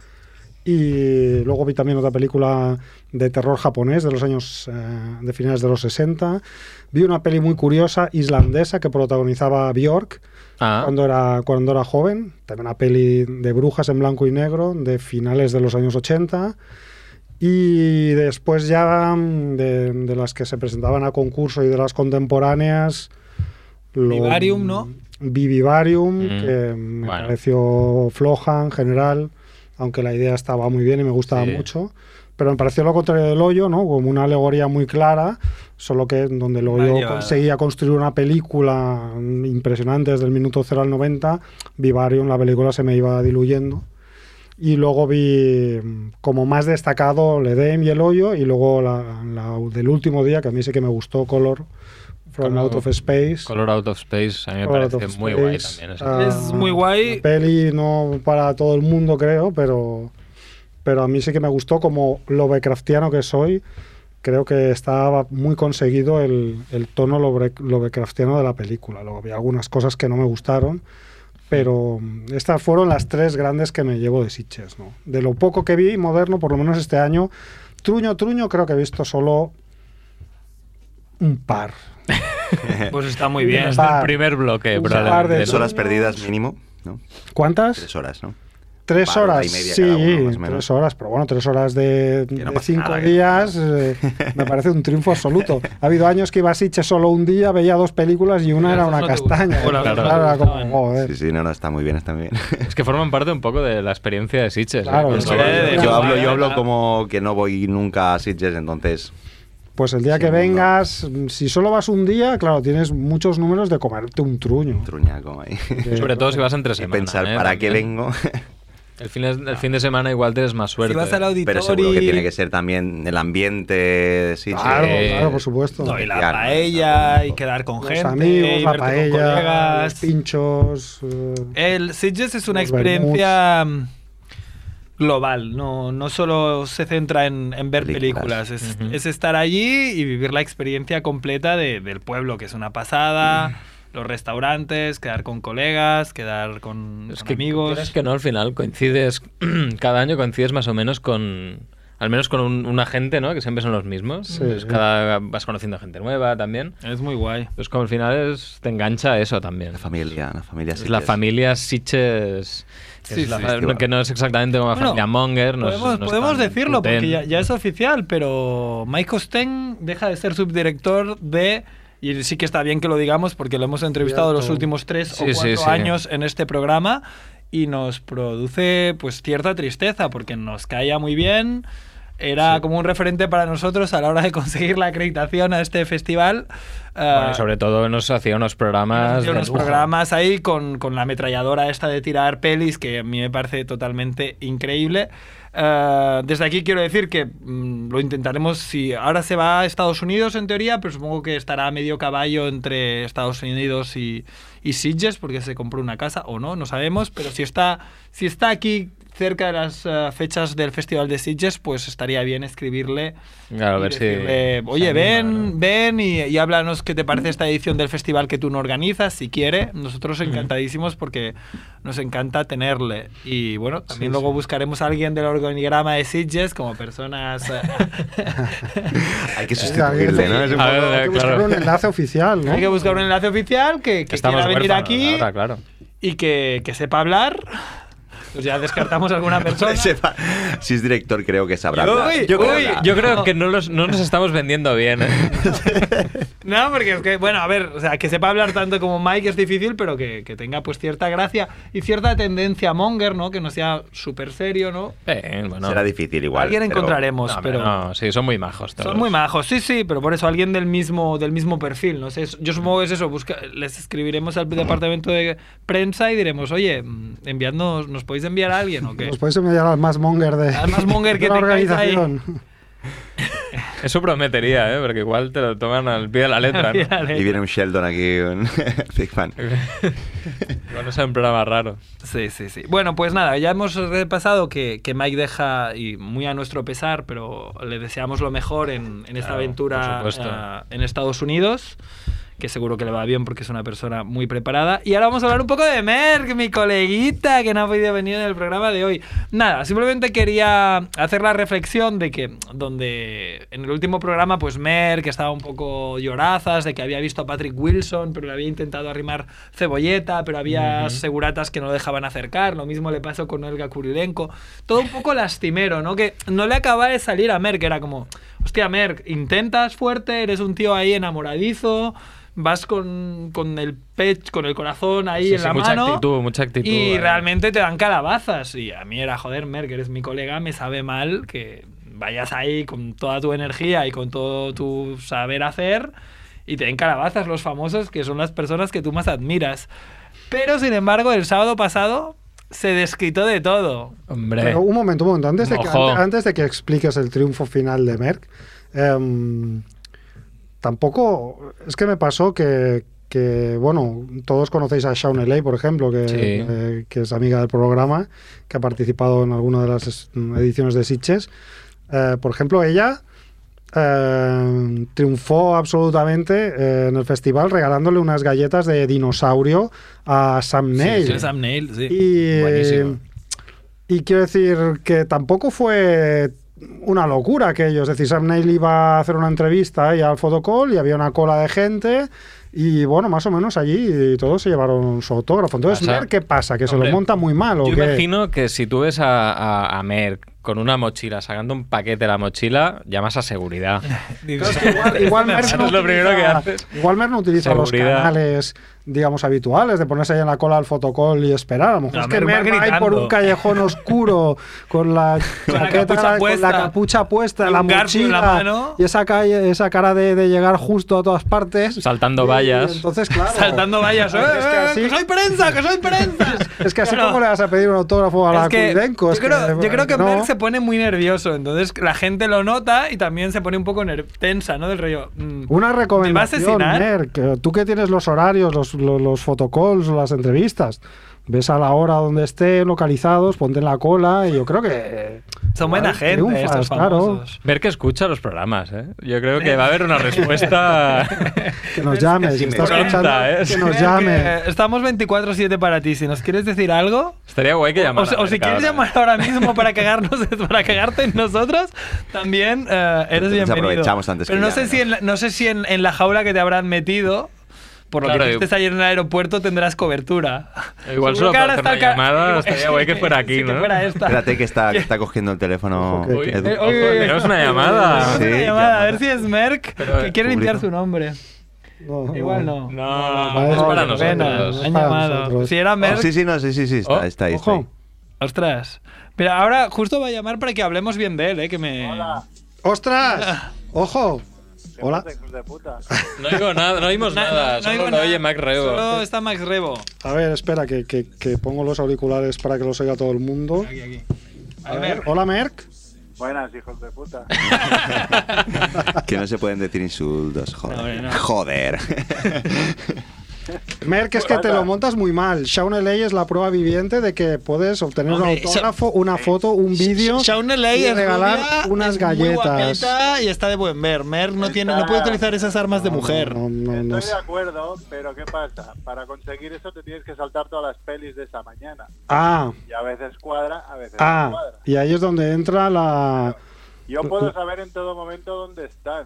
Speaker 4: Y luego vi también otra película de terror japonés de los años eh, de finales de los 60. Vi una peli muy curiosa islandesa que protagonizaba Bjork
Speaker 7: Ah,
Speaker 4: cuando era cuando era joven. También una peli de brujas en blanco y negro de finales de los años 80. Y después ya mm, de, de las que se presentaban a concurso y de las contemporáneas. lo-
Speaker 5: Vivarium, ¿no?
Speaker 4: Vi Vivarium,
Speaker 7: Mm,
Speaker 4: que me
Speaker 7: bueno.
Speaker 4: pareció floja en general, aunque la idea estaba muy bien y me gustaba
Speaker 7: Sí.
Speaker 4: mucho. Pero me pareció lo contrario del hoyo, ¿no? Como una alegoría muy clara, solo que en donde el
Speaker 5: Mal
Speaker 4: hoyo
Speaker 7: ¿eh?
Speaker 5: llevada.
Speaker 4: conseguía construir una película mm, impresionante desde el minuto 0 al 90, Vivarium, la película se me iba diluyendo. Y luego vi mm, como más destacado Le Dem y El Hoyo, y luego la, la del último día, que a mí sí que me gustó Color, From
Speaker 7: Color-
Speaker 4: Out of Space.
Speaker 7: Color Out of Space a mí me
Speaker 4: Color Out
Speaker 7: parece
Speaker 4: of
Speaker 7: muy guay
Speaker 4: Space,
Speaker 7: también. o sea.
Speaker 4: ah,
Speaker 5: Es muy guay.
Speaker 4: una Peli no para todo el mundo, creo, pero, pero a mí sí que me gustó como Lovecraftiano que soy. Creo que estaba muy conseguido el, el tono lobre- Lovecraftiano de la película. Luego había algunas cosas que no me gustaron, pero mm, estas fueron las tres grandes que me llevo de Sitges. ¿no? De lo poco que vi moderno, por lo menos este año, Truño, Truño, creo que he visto solo un par.
Speaker 5: Pues está muy bien.
Speaker 7: Es
Speaker 4: par
Speaker 7: del primer bloque,
Speaker 4: Ah, Un par de
Speaker 7: probablemente.
Speaker 6: Tres horas perdidas mínimo, ¿no?
Speaker 4: ¿Cuántas?
Speaker 6: Tres horas, ¿no?
Speaker 4: Tres
Speaker 6: Vale, hora
Speaker 4: horas,
Speaker 6: y media
Speaker 4: sí,
Speaker 6: cada uno, más o menos.
Speaker 4: tres horas, pero bueno, tres horas de,
Speaker 6: no
Speaker 4: de
Speaker 6: pasa
Speaker 4: cinco
Speaker 6: nada, que no
Speaker 4: días
Speaker 6: pasa nada.
Speaker 4: eh, me parece un triunfo absoluto. Ha habido años que iba a Sitges solo un día, veía dos películas y una
Speaker 5: Pero
Speaker 4: era
Speaker 5: esas
Speaker 4: una
Speaker 5: no te gustan.
Speaker 4: castaña.
Speaker 5: Bueno,
Speaker 4: Entonces,
Speaker 7: claro,
Speaker 4: claro,
Speaker 5: no
Speaker 4: era
Speaker 5: te
Speaker 4: como,
Speaker 5: gustaban.
Speaker 4: joder.
Speaker 6: Sí, sí, no, no, está muy bien, está muy bien.
Speaker 7: Es que forman parte un poco de la experiencia de Sitges. ¿eh?
Speaker 4: Claro,
Speaker 7: Con
Speaker 4: es
Speaker 7: todo
Speaker 5: que-
Speaker 7: el-
Speaker 5: de-
Speaker 6: yo hablo,
Speaker 5: vale,
Speaker 6: yo hablo
Speaker 5: vale.
Speaker 6: como que no voy nunca a Sitges, entonces.
Speaker 4: Pues el día
Speaker 6: Sí,
Speaker 4: que
Speaker 6: no, no.
Speaker 4: vengas, si solo vas un día, claro, tienes muchos números de comerte un truño.
Speaker 6: Truñaco ahí.
Speaker 4: Que-
Speaker 7: Sobre todo si vas entre
Speaker 6: Y
Speaker 7: semana.
Speaker 6: pensar,
Speaker 7: ¿eh?
Speaker 6: ¿para qué
Speaker 7: También.
Speaker 6: vengo?
Speaker 7: El fin, es- el fin de semana igual tienes más suerte.
Speaker 5: Si vas al
Speaker 6: Pero
Speaker 5: auditorio.
Speaker 6: seguro que tiene que ser también el ambiente de Sitges.
Speaker 4: Claro,
Speaker 7: Sí.
Speaker 4: claro, pues. por supuesto.
Speaker 5: No, y la
Speaker 6: Ya, no,
Speaker 5: paella,
Speaker 6: no,
Speaker 5: y
Speaker 6: no.
Speaker 5: quedar con
Speaker 4: Los
Speaker 5: gente,
Speaker 4: amigos,
Speaker 5: y
Speaker 4: la
Speaker 5: verte con
Speaker 4: paella, los
Speaker 5: colegas.
Speaker 4: pinchos. eh,
Speaker 5: El Sitges es una
Speaker 4: Los vermuts.
Speaker 5: experiencia mm, global, no, no solo se centra en, en ver películas,
Speaker 6: Películas.
Speaker 5: es,
Speaker 7: Ujú.
Speaker 5: es estar allí y vivir la experiencia completa de- del pueblo, que es una pasada, los restaurantes, quedar con colegas, quedar con,
Speaker 7: Es
Speaker 5: con
Speaker 7: que
Speaker 5: amigos.
Speaker 7: Es que no, al final coincides, cada año coincides más o menos con, al menos con un- una gente, ¿no? Que siempre son los mismos.
Speaker 4: Sí.
Speaker 7: Entonces, cada, vas conociendo gente nueva también.
Speaker 5: Es muy guay.
Speaker 7: Entonces como al final es- te engancha a eso también.
Speaker 6: La familia, la familia
Speaker 7: Es
Speaker 6: Sitges.
Speaker 7: la familia Sitches. que
Speaker 5: Sí,
Speaker 7: es la
Speaker 5: sí.
Speaker 7: fa- no- que no es exactamente como la
Speaker 5: Bueno,
Speaker 7: familia Monger. no es-
Speaker 5: podemos
Speaker 7: no es
Speaker 5: podemos
Speaker 7: tan
Speaker 5: decirlo porque
Speaker 7: puten.
Speaker 5: ya, ya es oficial, pero Mike Costen deja de ser subdirector de... Y sí que está bien que lo digamos porque lo hemos entrevistado
Speaker 4: Cierto.
Speaker 5: los últimos tres o
Speaker 7: Sí, sí,
Speaker 5: cuatro
Speaker 7: sí.
Speaker 5: años en este programa y nos produce pues cierta tristeza porque nos caía muy bien, era como un referente para nosotros a la hora de conseguir la acreditación a este festival.
Speaker 7: Bueno,
Speaker 5: Ah,
Speaker 7: y sobre todo nos hacía unos programas.
Speaker 5: hacía
Speaker 7: de
Speaker 5: unos
Speaker 7: lujo.
Speaker 5: programas ahí con, con la ametralladora esta de tirar pelis que a mí me parece totalmente increíble. Eh, desde aquí quiero decir que mm, lo intentaremos si ahora se va a Estados Unidos en teoría, pero supongo que estará a medio caballo entre Estados Unidos y, y Sitges porque se compró una casa o no, no sabemos, pero si está, si está aquí cerca de las eh, fechas del Festival de Sitges, pues estaría bien escribirle
Speaker 7: Claro, a
Speaker 5: y
Speaker 7: ver si-
Speaker 5: decirle, eh,
Speaker 7: se
Speaker 5: Oye,
Speaker 7: anima,
Speaker 5: ven,
Speaker 7: ¿no?
Speaker 5: ven y, y háblanos qué te parece esta edición del festival que tú no organizas, si quiere. Nosotros encantadísimos porque nos encanta tenerle. Y bueno, también luego buscaremos a alguien del organigrama de Sitges como personas. eh,
Speaker 6: Hay que
Speaker 4: alguien-
Speaker 6: sustituirle, ¿no? Es un
Speaker 7: A ver,
Speaker 6: poco-
Speaker 4: Hay que buscar
Speaker 7: claro.
Speaker 4: un enlace oficial, ¿no?
Speaker 5: Eh, Hay que buscar un enlace oficial que, que
Speaker 7: Estamos
Speaker 5: quiera venir
Speaker 7: huérfanos
Speaker 5: aquí
Speaker 7: ahora, claro.
Speaker 5: y que, que sepa hablar. Pues ya descartamos a alguna persona.
Speaker 6: Sepa- Si es director, creo que sabrá.
Speaker 5: Yo-
Speaker 6: hablar.
Speaker 5: uy, Yo
Speaker 7: Yo,
Speaker 6: Sabrá
Speaker 5: creo-
Speaker 7: creo,
Speaker 5: uy,
Speaker 6: hablar.
Speaker 7: que no, los- no nos estamos vendiendo bien. ¿eh?
Speaker 5: No, porque es que, bueno, a ver, o sea, que sepa hablar tanto como Mike es difícil, pero que, que tenga pues cierta gracia y cierta tendencia a monger, ¿no? Que no sea súper serio, ¿no?
Speaker 7: Bien, bueno.
Speaker 6: Será difícil igual.
Speaker 5: Alguien
Speaker 6: pero-
Speaker 5: encontraremos,
Speaker 7: No,
Speaker 5: pero...
Speaker 7: no, sí, son muy majos todos.
Speaker 5: Son muy majos, sí, sí, pero por eso alguien del mismo, del mismo perfil, no sé, es- yo supongo que es eso, busca, les escribiremos al departamento de prensa y diremos, oye, mm, enviadnos, ¿nos podéis enviar a alguien o qué?
Speaker 4: Os podéis enviar al más monger de,
Speaker 5: Al más monger
Speaker 4: de
Speaker 5: que
Speaker 4: la
Speaker 5: tengáis ahí.
Speaker 4: organización.
Speaker 7: Eso prometería, ¿eh? Porque igual te lo toman al pie de la letra, ¿no?
Speaker 5: ¿eh?
Speaker 6: Y viene un Sheldon aquí, un Big Fan.
Speaker 7: Igual no sea un programa raro.
Speaker 5: Sí, sí, sí. Bueno, pues nada, ya hemos repasado que, que Mike deja, y muy a nuestro pesar, pero le deseamos lo mejor en, en esta
Speaker 7: Claro,
Speaker 5: aventura
Speaker 7: por supuesto.
Speaker 5: ah, en Estados Unidos, que seguro que le va bien porque es una persona muy preparada. Y ahora vamos a hablar un poco de Merck, mi coleguita, que no ha podido venir en el programa de hoy. Nada, simplemente quería hacer la reflexión de que donde en el último programa, pues Merck estaba un poco llorazas, de que había visto a Patrick Wilson, pero le había intentado arrimar cebolleta, pero había seguratas que no lo dejaban acercar. Lo mismo le pasó con Olga Kurilenko. Todo un poco lastimero, ¿no? Que no le acababa de salir a Merck. Era como, hostia, Merck, intentas fuerte, eres un tío ahí enamoradizo, vas con, con el pecho, con el corazón ahí
Speaker 7: Sí,
Speaker 5: en
Speaker 7: sí,
Speaker 5: la
Speaker 7: mucha
Speaker 5: mano.
Speaker 7: actitud, mucha actitud.
Speaker 5: Y
Speaker 7: ahí.
Speaker 5: realmente te dan calabazas. Y a mí era, joder, Merck, eres mi colega, me sabe mal que vayas ahí con toda tu energía y con todo tu saber hacer y te den calabazas los famosos que son las personas que tú más admiras. Pero sin embargo, el sábado pasado se desquitó de todo.
Speaker 7: Hombre.
Speaker 4: Pero un momento, un momento. Antes de, que,
Speaker 7: Ojo.
Speaker 4: ante- antes de que expliques el triunfo final de Merck, em, tampoco. Es que me pasó que, que, bueno, todos conocéis a Shaun L.A., por ejemplo, que,
Speaker 7: Sí.
Speaker 4: eh, que es amiga del programa, que ha participado en alguna de las es- ediciones de Sitches. Eh, por ejemplo, ella. eh, triunfó absolutamente eh, en el festival regalándole unas galletas de dinosaurio a Sam Neill.
Speaker 5: Sí, Sam Neill, sí.
Speaker 4: Y, eh,
Speaker 7: Buenísimo.
Speaker 4: y quiero decir que tampoco fue una locura aquello. Es decir, Sam Neill iba a hacer una entrevista y al fotocall y había una cola de gente. Y bueno, más o menos allí todos se llevaron su autógrafo. Entonces,
Speaker 7: Pasa.
Speaker 4: ver qué pasa, que se
Speaker 7: Hombre,
Speaker 4: lo monta muy mal. ¿o
Speaker 7: Yo
Speaker 4: qué?
Speaker 7: imagino que si tú ves a, a, a Merck con una mochila, sacando un paquete de la mochila, llamas a seguridad.
Speaker 5: Digo,
Speaker 4: Igual, igual Merck
Speaker 7: Eso
Speaker 4: no
Speaker 7: es lo primero
Speaker 4: utiliza-
Speaker 7: que haces.
Speaker 4: igual Merck no utiliza
Speaker 7: Seguridad.
Speaker 4: los canales, digamos, habituales de ponerse ahí en la cola al fotocall y esperar. A lo mejor
Speaker 5: No,
Speaker 4: es que
Speaker 5: Merck va
Speaker 4: Merck va ahí por
Speaker 5: gritando.
Speaker 4: un callejón oscuro con la,
Speaker 5: Con la
Speaker 4: chaqueta,
Speaker 5: capucha
Speaker 4: con
Speaker 5: puesta.
Speaker 4: la capucha puesta,
Speaker 5: Y
Speaker 4: la
Speaker 5: un garfio en la
Speaker 4: mochila
Speaker 5: mano.
Speaker 4: y esa, calle, esa cara de, de llegar justo a todas partes.
Speaker 7: Saltando
Speaker 4: Y- y
Speaker 7: vallas.
Speaker 4: entonces, claro.
Speaker 5: saltando vallas. ¡Eh,
Speaker 4: Es que
Speaker 5: eh,
Speaker 4: así-
Speaker 5: que soy prensa, que soy prensa!
Speaker 4: Es que así
Speaker 5: Claro.
Speaker 4: como le vas a pedir un autógrafo a la
Speaker 5: Es que
Speaker 4: Kurilenko, es
Speaker 5: yo, creo, yo creo que
Speaker 4: no.
Speaker 5: Merck se pone muy nervioso, entonces la gente lo nota y también se pone un poco ner- tensa, ¿no? Del rollo. mm,
Speaker 4: Una recomendación,
Speaker 5: ¿Me va a asesinar?
Speaker 4: Merck. Tú que tienes los horarios, los, los, los fotocalls, las entrevistas. Ves a la hora donde estén localizados, ponte en la cola y yo creo que...
Speaker 5: Son buena
Speaker 4: igual
Speaker 5: gente
Speaker 4: triunfas,
Speaker 5: estos
Speaker 4: claro.
Speaker 5: famosos.
Speaker 7: Ver que escucha los programas, ¿eh? Yo creo que va a haber una respuesta.
Speaker 4: Que nos llame, si estás
Speaker 7: me
Speaker 4: escuchando,
Speaker 7: encanta, ¿eh?
Speaker 4: que nos
Speaker 5: Merck,
Speaker 4: llame.
Speaker 5: eh, Estamos 24-7 para ti. Si nos quieres decir algo,
Speaker 7: Estaría guay que
Speaker 5: o,
Speaker 7: llamara. a
Speaker 5: o si
Speaker 7: Merck
Speaker 5: quieres
Speaker 7: ahora.
Speaker 5: llamar ahora mismo para cagarnos, para cagarte en nosotros, también eh, eres
Speaker 6: Nos
Speaker 5: bienvenido.
Speaker 6: aprovechamos antes
Speaker 5: Pero
Speaker 6: que
Speaker 5: no sé
Speaker 6: llamen,
Speaker 5: si
Speaker 6: ¿no?
Speaker 5: en la, no sé si en, en la jaula que te habrán metido. Por lo
Speaker 7: Claro,
Speaker 5: que
Speaker 7: y-
Speaker 5: estés ayer en el aeropuerto tendrás cobertura.
Speaker 7: Igual
Speaker 5: Seguro
Speaker 7: solo
Speaker 5: que
Speaker 7: para
Speaker 5: ahora
Speaker 7: hacer
Speaker 5: está
Speaker 7: una
Speaker 5: el ca-
Speaker 7: llamada estaría guay que fuera aquí,
Speaker 5: Sí, que
Speaker 7: ¿no?
Speaker 5: fuera esta.
Speaker 6: Espérate que está, que está cogiendo el teléfono.
Speaker 4: Ojo,
Speaker 7: Uy,
Speaker 4: que-
Speaker 6: Edu. Oh,
Speaker 7: eh, ojo,
Speaker 5: Oye, oye,
Speaker 7: tenemos una
Speaker 5: Vamos
Speaker 7: llamada.
Speaker 5: a hacer una
Speaker 6: Sí,
Speaker 5: llamada, a ver
Speaker 6: llamada.
Speaker 5: si es Merck
Speaker 7: Pero, eh, uh,
Speaker 5: que quiere
Speaker 6: público.
Speaker 5: limpiar su nombre.
Speaker 4: No,
Speaker 5: Igual no.
Speaker 7: No,
Speaker 4: Vale,
Speaker 7: es para
Speaker 4: vale,
Speaker 5: Pena,
Speaker 7: nosotros.
Speaker 4: bueno.
Speaker 5: han
Speaker 4: Para
Speaker 5: llamado.
Speaker 4: nosotros.
Speaker 5: Si era
Speaker 6: Oh,
Speaker 5: Merck,
Speaker 6: sí, sí, no, sí, sí, sí,
Speaker 7: Oh,
Speaker 6: está, está ahí. está
Speaker 4: Ojo.
Speaker 6: ahí.
Speaker 5: ostras. Mira, ahora justo va a llamar para que hablemos bien de él, eh, que me...
Speaker 4: ¡Ostras! ¡Ojo! Hola.
Speaker 7: No oigo nada, no oímos
Speaker 5: No, no,
Speaker 7: nada.
Speaker 5: no
Speaker 7: Solo
Speaker 5: oigo
Speaker 7: lo
Speaker 5: nada.
Speaker 7: oye Mac Rebo.
Speaker 5: Solo está Max Rebo.
Speaker 4: A ver, espera, que, que, que pongo los auriculares para que los oiga todo el mundo.
Speaker 5: Aquí, aquí.
Speaker 4: A ver, hola, Merck.
Speaker 9: Buenas, hijos de puta.
Speaker 6: Que no se pueden decir insultos, joder.
Speaker 5: No, hombre, no.
Speaker 6: Joder.
Speaker 4: Merck, es que te lo montas muy mal. Shaun L.A. es la prueba viviente de que puedes obtener
Speaker 5: Hombre,
Speaker 4: un autógrafo, una foto, un vídeo
Speaker 5: Shaun Ley
Speaker 4: y
Speaker 5: es
Speaker 4: regalar
Speaker 5: rubia,
Speaker 4: unas
Speaker 5: es muy
Speaker 4: galletas.
Speaker 5: guapeta y está de buen ver. Merck no, tiene, no puede utilizar esas armas de mujer.
Speaker 4: No, no, no
Speaker 9: Estoy
Speaker 4: sé.
Speaker 9: de acuerdo, pero ¿qué pasa? Para conseguir eso te tienes que saltar todas las pelis de esa mañana.
Speaker 4: Ah,
Speaker 9: Y a veces cuadra, a veces no
Speaker 4: ah,
Speaker 9: cuadra.
Speaker 4: y ahí es donde entra la...
Speaker 9: Yo puedo saber en todo momento dónde están.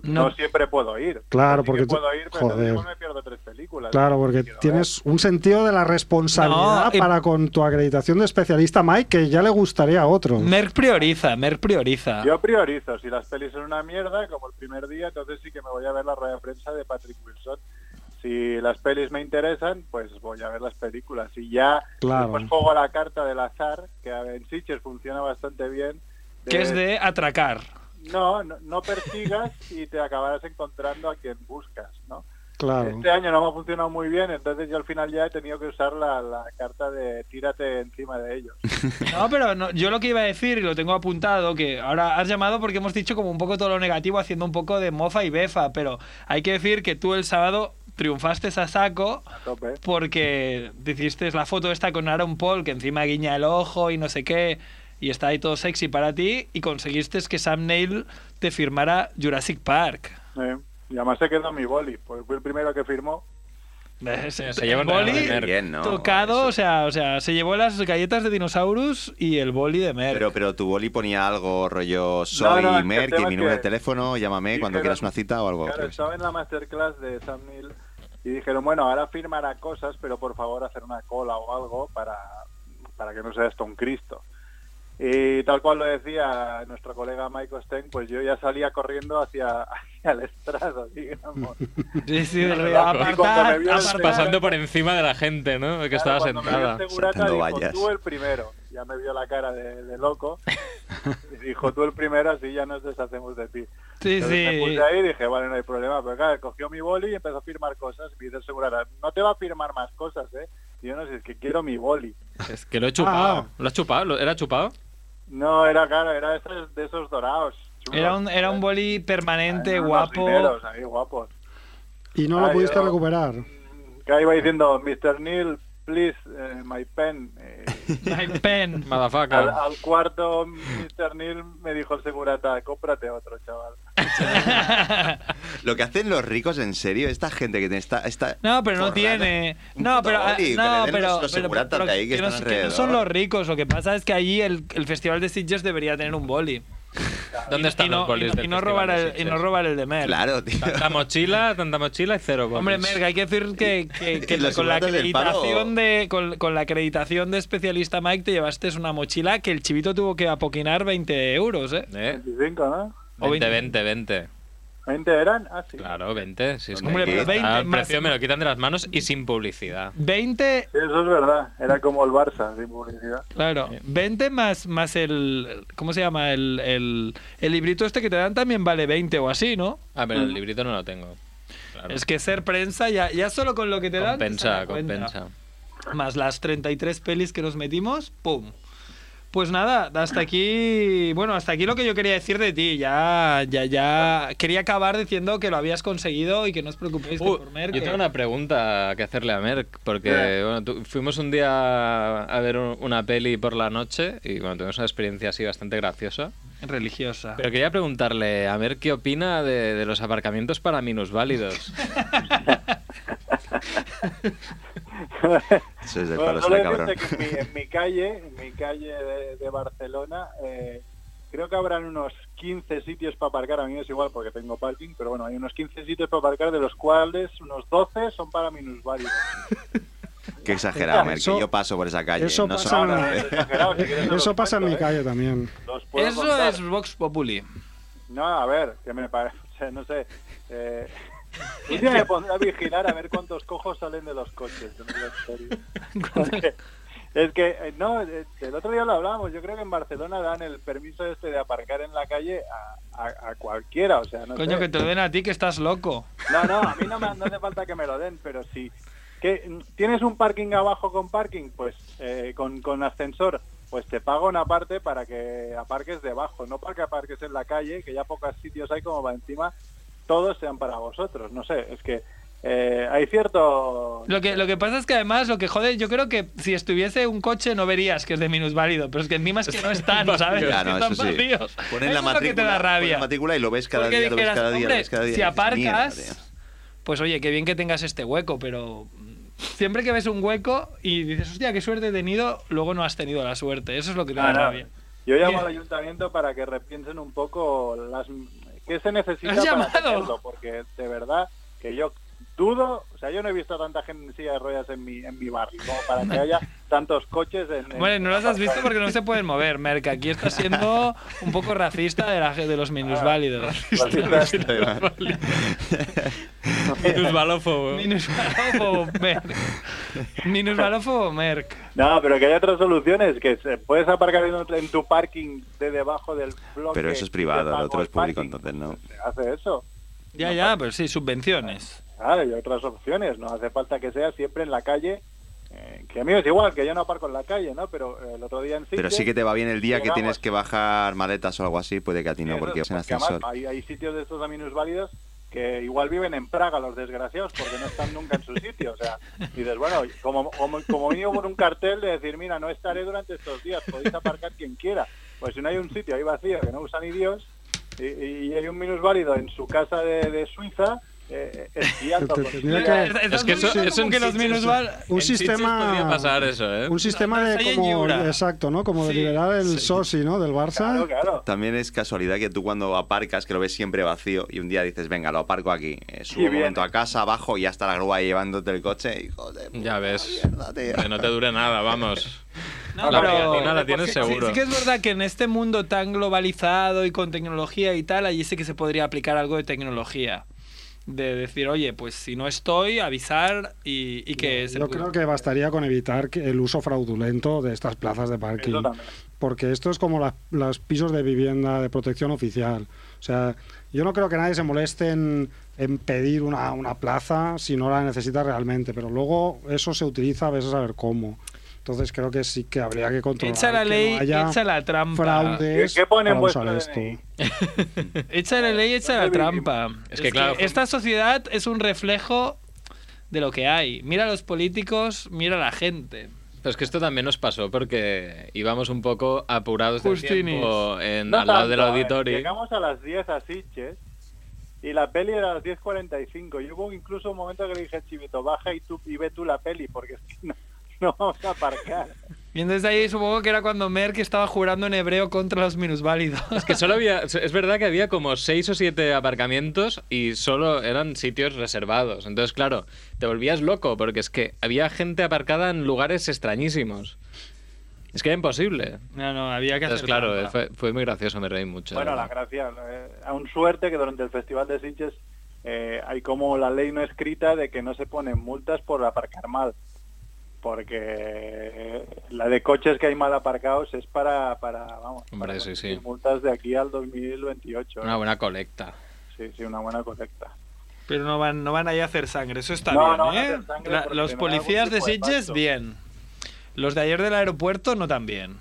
Speaker 9: pero
Speaker 5: No.
Speaker 9: no, siempre puedo ir.
Speaker 4: Claro,
Speaker 9: Sí
Speaker 4: porque
Speaker 9: que
Speaker 4: tú-
Speaker 9: puedo ir, pero
Speaker 4: joder.
Speaker 9: después me pierdo tres películas.
Speaker 4: Claro, porque
Speaker 9: Quiero ver.
Speaker 4: tienes un sentido de la responsabilidad
Speaker 5: No, y-
Speaker 4: para con tu acreditación de especialista, Mike, que ya le gustaría a otros.
Speaker 5: Merck prioriza, Merck prioriza.
Speaker 9: ¿eh? Yo priorizo, si las pelis son una mierda, como el primer día, entonces sí que me voy a ver la rueda de prensa de Patrick Wilson. Si las pelis me interesan, pues voy a ver las películas. Y ya
Speaker 4: Claro.
Speaker 9: pues juego a la carta del azar, que en Sitges funciona bastante bien.
Speaker 5: Que es de atracar.
Speaker 9: No, no, no persigas y te acabarás encontrando a quien buscas, ¿no?
Speaker 6: Ah,
Speaker 4: Claro.
Speaker 9: Este año no me ha funcionado muy bien, entonces yo al final ya he tenido que usar la, la carta de tírate encima de ellos.
Speaker 5: No, pero no, yo lo que iba a decir, y lo tengo apuntado, que ahora has llamado porque hemos dicho como un poco todo lo negativo, haciendo un poco de mofa y befa, pero hay que decir que tú el sábado triunfaste a saco
Speaker 9: A tope.
Speaker 5: porque te hiciste la foto esta con Aaron Paul, que encima guiña el ojo y no sé qué, y está ahí todo sexy para ti, y conseguiste que Sam Neill te firmara Jurassic Park.
Speaker 9: Eh, y además se quedó mi boli, pues fui el primero que firmó.
Speaker 5: Se,
Speaker 7: se lleva el
Speaker 5: boli
Speaker 7: regalo de Merck.
Speaker 6: Bien, ¿no?
Speaker 5: tocado,
Speaker 6: Eso.
Speaker 5: o sea, o sea, se llevó las galletas de dinosaurus y el boli de Merck.
Speaker 6: Pero, pero tu boli ponía algo rollo soy
Speaker 9: no, es que el
Speaker 6: Merck y
Speaker 9: tema
Speaker 6: mi
Speaker 9: es
Speaker 6: número de
Speaker 9: que-
Speaker 6: teléfono, llámame
Speaker 9: Dijeron-
Speaker 6: cuando quieras una cita o algo.
Speaker 9: Claro,
Speaker 6: creo que sí.
Speaker 9: estaba en la masterclass de Sam Neill y dijeron, bueno, ahora firmará cosas, pero por favor hacer una cola o algo para, para que no sea esto un Cristo. Y tal cual lo decía nuestro colega Mike Stein, pues yo ya salía corriendo hacia, hacia el estrado, digamos.
Speaker 5: Sí, sí, de
Speaker 9: loco. Y cuando me
Speaker 5: apartad,
Speaker 9: vio el
Speaker 5: apartad.
Speaker 7: Pasando por encima de la gente, ¿no? Que estaba
Speaker 9: Claro, cuando me vio
Speaker 7: sentada.
Speaker 9: el segurata,
Speaker 6: Saltando
Speaker 9: dijo,
Speaker 6: vallas.
Speaker 9: tú el primero. Ya me vio la cara de, de loco. Y dijo, tú el primero, así ya nos deshacemos de ti.
Speaker 5: Sí,
Speaker 9: Entonces me
Speaker 5: sí.
Speaker 9: puse ahí y dije, vale, no hay problema. Pero claro, cogió mi boli y empezó a firmar cosas. Y me dice el segurata, no te va a firmar más cosas, ¿eh? Y yo no sé, es que quiero mi boli.
Speaker 7: Es que lo he chupado.
Speaker 4: Ah.
Speaker 7: ¿Lo has chupado? ¿Lo- ¿Era chupado?
Speaker 9: No, era claro, era de esos, de esos dorados. chulos.
Speaker 5: Era un, era un boli
Speaker 9: Eran
Speaker 5: permanente,
Speaker 9: unos
Speaker 5: guapo.
Speaker 9: dineros ahí, guapos.
Speaker 4: Y no lo
Speaker 9: Ah,
Speaker 4: pudiste
Speaker 9: yo-
Speaker 4: recuperar.
Speaker 9: Que ahí iba diciendo, Mr. Neil, please, eh, my pen. Eh,
Speaker 5: My pen.
Speaker 9: Al,
Speaker 7: Madafaca.
Speaker 9: al cuarto Mr. Neil me dijo el segurata, cómprate otro, chaval.
Speaker 6: Lo que hacen los ricos, en serio, esta gente que tiene esta. esta
Speaker 5: No, pero no
Speaker 6: forrada,
Speaker 5: tiene.
Speaker 6: un
Speaker 5: No,
Speaker 6: puto
Speaker 5: pero. ah,
Speaker 6: boli, que
Speaker 5: No,
Speaker 6: le den
Speaker 5: pero.
Speaker 6: los- los
Speaker 5: pero-
Speaker 6: seguratas
Speaker 5: pero
Speaker 6: de ahí que
Speaker 5: no-
Speaker 6: están
Speaker 5: no son los
Speaker 6: alrededor.
Speaker 5: ricos. Lo que pasa es que allí el, el Festival de Sitges debería tener un boli.
Speaker 7: ¿Dónde
Speaker 5: Y
Speaker 7: están
Speaker 5: no,
Speaker 7: los bolis
Speaker 5: y no-
Speaker 7: del
Speaker 5: y no
Speaker 7: festival
Speaker 5: robar
Speaker 7: de
Speaker 5: el, y
Speaker 7: Sitges?
Speaker 5: no robar el de Merck.
Speaker 6: Claro, tío.
Speaker 7: Tanta mochila, tanta mochila y cero bolis.
Speaker 5: Hombre, Merck, hay que decir que, que- que
Speaker 6: Y los
Speaker 5: con, la
Speaker 6: seguratas del paro-
Speaker 5: acreditación de, con, con la acreditación de especialista Mike te llevaste una mochila que el chivito tuvo que apoquinar 20 euros, ¿eh?
Speaker 7: ¿Eh?
Speaker 9: 25, ¿no?
Speaker 5: O
Speaker 7: 20,
Speaker 5: 20.
Speaker 7: 20, 20.
Speaker 9: 20 eran, ah, sí.
Speaker 7: Claro, 20. Sí, es que
Speaker 5: Hombre, pero
Speaker 7: está
Speaker 5: 20
Speaker 7: al
Speaker 5: más-
Speaker 7: precio me lo quitan de las manos y sin publicidad.
Speaker 5: 20
Speaker 9: Sí, eso es verdad, era como el Barça, sin publicidad.
Speaker 5: Claro, 20 más, más el. ¿Cómo se llama? El, el, el librito este que te dan también vale 20 o así, ¿no?
Speaker 7: Ah, pero el librito no lo tengo. Claro.
Speaker 5: Es que ser prensa ya, ya solo con lo que te dan. te
Speaker 7: compensa,
Speaker 5: sale a cuenta.
Speaker 7: compensa.
Speaker 5: Más las 33 pelis que nos metimos, ¡pum! Pues nada, hasta aquí. Bueno, hasta aquí lo que yo quería decir de ti. Ya, ya, ya. Quería acabar diciendo que lo habías conseguido y que no os preocupéis que
Speaker 7: Uh,
Speaker 5: por Merck,
Speaker 7: yo
Speaker 5: que-
Speaker 7: tengo una pregunta que hacerle a Merck, porque
Speaker 9: Ya.
Speaker 7: bueno, tú- fuimos un día a ver un- una peli por la noche y bueno, tuvimos una experiencia así bastante graciosa.
Speaker 5: religiosa.
Speaker 7: Pero quería preguntarle a Merck qué opina de, de los aparcamientos para minusválidos.
Speaker 6: Eso es del
Speaker 9: Bueno,
Speaker 6: palo,
Speaker 9: solo
Speaker 6: está cabrón.
Speaker 9: decirte que en mi, en mi calle, en mi calle de, de Barcelona, eh, creo que habrán unos 15 sitios para aparcar, a mí es igual porque tengo parking, pero bueno, hay unos 15 sitios para aparcar, de los cuales unos 12 son para minusválidos.
Speaker 6: Qué exagerado, Merck.
Speaker 4: Eso-
Speaker 6: que Yo paso por esa calle.
Speaker 4: eso
Speaker 6: no
Speaker 4: pasa
Speaker 6: son-
Speaker 4: en-
Speaker 9: Ahora, exagerado, si quieres te
Speaker 4: Eso
Speaker 9: los
Speaker 4: pasa en mi
Speaker 9: cuento, ¿eh?
Speaker 4: calle también.
Speaker 9: Los puedo
Speaker 5: Eso
Speaker 9: contar.
Speaker 5: es Vox Populi.
Speaker 9: No, a ver, que me parece, no sé. Eh, un día me pondré a vigilar a ver cuántos cojos salen de los coches. de verdad, en serio. Porque es que, eh, no, eh, el otro día lo hablábamos, yo creo que en Barcelona dan el permiso este de aparcar en la calle a, a- a cualquiera, o sea, no
Speaker 5: Coño,
Speaker 9: sé.
Speaker 5: que te lo den a ti que estás loco.
Speaker 9: No, no, a mí no, me, no hace falta que me lo den, pero si que mm, tienes un parking abajo con parking, pues eh, con, con ascensor, pues te pago una parte para que aparques debajo, no para que aparques en la calle, que ya pocos sitios hay como para encima, todos sean para vosotros, no sé, es que eh, hay cierto...
Speaker 5: Lo que, lo que pasa es que además lo que jode, yo creo que si estuviese un coche no verías que es de minusválido, pero es que encima es que no están, ¿sabes?
Speaker 6: Ya, no,
Speaker 5: Es que
Speaker 6: eso
Speaker 5: están
Speaker 6: sí.
Speaker 5: vacíos.
Speaker 9: Pues,
Speaker 6: Ponen
Speaker 5: Eso
Speaker 6: la
Speaker 5: es lo
Speaker 6: matrícula.
Speaker 5: que te da
Speaker 6: ponen
Speaker 5: rabia.
Speaker 6: la matrícula y lo ves cada
Speaker 5: Porque
Speaker 6: día, lo ves
Speaker 5: dijeras,
Speaker 6: cada día, lo
Speaker 5: hombre,
Speaker 6: ves cada
Speaker 5: si
Speaker 6: día. y dices,
Speaker 5: aparcas,
Speaker 6: "Mierda, tío".
Speaker 5: pues oye, qué bien que tengas este hueco, pero siempre que ves un hueco y dices, hostia, qué suerte he tenido, luego no has tenido la suerte. Eso es lo que te da
Speaker 9: Ah, no.
Speaker 5: rabia.
Speaker 9: Yo llamo
Speaker 5: Bien.
Speaker 9: al ayuntamiento para que repiensen un poco las ¿Qué se necesita
Speaker 5: ¿Has
Speaker 9: para
Speaker 5: llamado?
Speaker 9: tenerlo? Porque de verdad que yo dudo, o sea, yo no he visto tanta gente en silla de ruedas en mi, en mi barrio como para que haya tantos coches en... en-
Speaker 5: Bueno, no las has visto porque no se pueden mover, Merca. Aquí está siendo un poco racista de, la- de
Speaker 9: Ah.
Speaker 5: los minusválidos.
Speaker 7: Minusvalófobo.
Speaker 5: Minusvalófobo, Merck. Minusvalófobo, Merck.
Speaker 9: No, pero que hay otras soluciones, que se- puedes aparcar en, otro- en tu parking de debajo del bloque.
Speaker 6: Pero eso es
Speaker 9: de
Speaker 6: privado,
Speaker 9: pago
Speaker 6: lo otro
Speaker 9: al
Speaker 6: es público,
Speaker 9: parking.
Speaker 6: entonces no.
Speaker 9: Se hace eso.
Speaker 5: Ya, ya, pero sí, subvenciones.
Speaker 9: Claro, y otras opciones, no hace falta que sea siempre en la calle, eh, que a mí es igual, que yo no aparco en la calle, ¿no? Pero eh, el otro día en
Speaker 6: Pero sí que te va bien el día que
Speaker 9: Llegamos.
Speaker 6: tienes que bajar maletas o algo así, puede que a ti no, porque es en
Speaker 9: porque además
Speaker 6: ascensor.
Speaker 9: hay, hay sitios de estos aminos válidos que igual viven en Praga los desgraciados porque no están nunca en su sitio. O sea, dices, bueno, como, como, como mínimo con un cartel de decir, mira, no estaré durante estos días, podéis aparcar quien quiera. Pues si no hay un sitio ahí vacío que no usa ni Dios y, y hay un minusválido en su casa de, de Suiza eh, esquiando.
Speaker 4: Te-
Speaker 9: con su-
Speaker 4: tendría que-
Speaker 7: Es que eso- es un
Speaker 5: que los
Speaker 7: sitio,
Speaker 5: minusval...
Speaker 4: un
Speaker 7: En Sitges
Speaker 4: sistema-
Speaker 7: podría pasar eso, ¿eh?
Speaker 4: Un sistema
Speaker 5: Barça
Speaker 4: de
Speaker 5: y en
Speaker 4: como
Speaker 5: Lliure.
Speaker 4: exacto, ¿no? Como de liberar el Sosi, ¿no? Del Barça.
Speaker 9: Claro, claro.
Speaker 6: También es casualidad que tú cuando aparcas, que lo ves siempre vacío, y un día dices, venga, lo aparco aquí, eh,
Speaker 9: Y
Speaker 6: subo un
Speaker 9: viene.
Speaker 6: momento a casa, abajo y hasta la grúa ahí llevándote el coche, hijo de puta
Speaker 7: Ya
Speaker 9: Ah,
Speaker 7: ves.
Speaker 6: mierda, tío.
Speaker 7: Que no te dure nada, vamos.
Speaker 5: No,
Speaker 7: la
Speaker 5: pero-
Speaker 7: pegatina la tienes
Speaker 5: Sí,
Speaker 7: seguro.
Speaker 5: sí que es verdad que en este mundo tan globalizado y con tecnología y tal, allí sí que se podría aplicar algo de tecnología. De decir, oye, pues si no estoy, avisar y, y que se
Speaker 4: Yo creo que bastaría con evitar que- el uso fraudulento de estas plazas de parking.
Speaker 9: Eso también.
Speaker 4: Porque esto es como las- los pisos de vivienda de protección oficial. O sea, yo no creo que nadie se moleste en, en pedir una, una plaza si no la necesita realmente, pero luego eso se utiliza a veces a ver cómo. Entonces creo que sí que habría que controlar.
Speaker 5: Echa la
Speaker 4: que
Speaker 5: ley,
Speaker 4: no haya
Speaker 5: echa la trampa.
Speaker 4: fraudes
Speaker 9: ¿Qué- qué pone en
Speaker 4: para
Speaker 9: vuestro
Speaker 4: usar esto.
Speaker 9: DNI?
Speaker 5: Echa la ley, echa la
Speaker 9: ¿Dónde
Speaker 5: trampa.
Speaker 7: Es que, claro, fue-
Speaker 5: esta sociedad es un reflejo de lo que hay. Mira a los políticos, mira a la gente.
Speaker 7: Pero es que esto también nos pasó porque íbamos un poco apurados de
Speaker 5: Justinis.
Speaker 7: tiempo en,
Speaker 9: No
Speaker 7: al lado
Speaker 9: tanto, eh,
Speaker 7: del
Speaker 9: a ver,
Speaker 7: auditorio.
Speaker 9: Llegamos a las 10 a Sitges y la peli era a las 10.45. Y hubo incluso un momento que le dije, Chivito, baja y, tú, y ve tú la peli porque es que no, no vamos a aparcar.
Speaker 5: Y entonces ahí supongo que era cuando Merck estaba jurando en hebreo contra los minusválidos.
Speaker 7: Es que solo había, es verdad que había como seis o siete aparcamientos y solo eran sitios reservados. Entonces, claro, te volvías loco porque es que había gente aparcada en lugares extrañísimos. Es que era imposible.
Speaker 5: No, no, había que
Speaker 7: Entonces,
Speaker 5: hacer
Speaker 7: claro, eh,
Speaker 5: trampa.
Speaker 7: fue, fue muy gracioso, me reí mucho.
Speaker 9: bueno, la gracia. eh, aún suerte que durante el Festival de Sitges eh, hay como la ley no escrita de que no se ponen multas por aparcar mal. Porque eh, la de coches que hay mal aparcados es para, para vamos,
Speaker 7: Hombre,
Speaker 9: para
Speaker 7: sí,
Speaker 9: conseguir
Speaker 7: sí.
Speaker 9: multas de aquí al 2028.
Speaker 7: Una buena colecta.
Speaker 9: Sí, sí, una buena colecta.
Speaker 5: Pero no van, no van ahí a hacer sangre, eso está
Speaker 9: No,
Speaker 5: bien,
Speaker 9: no van a
Speaker 5: ¿eh?
Speaker 9: hacer sangre
Speaker 5: La-
Speaker 9: porque
Speaker 5: los
Speaker 9: no hay
Speaker 5: policías
Speaker 9: algún
Speaker 5: de
Speaker 9: tipo de
Speaker 5: Sitges,
Speaker 9: pacto.
Speaker 5: bien. Los de ayer del aeropuerto, no tan bien.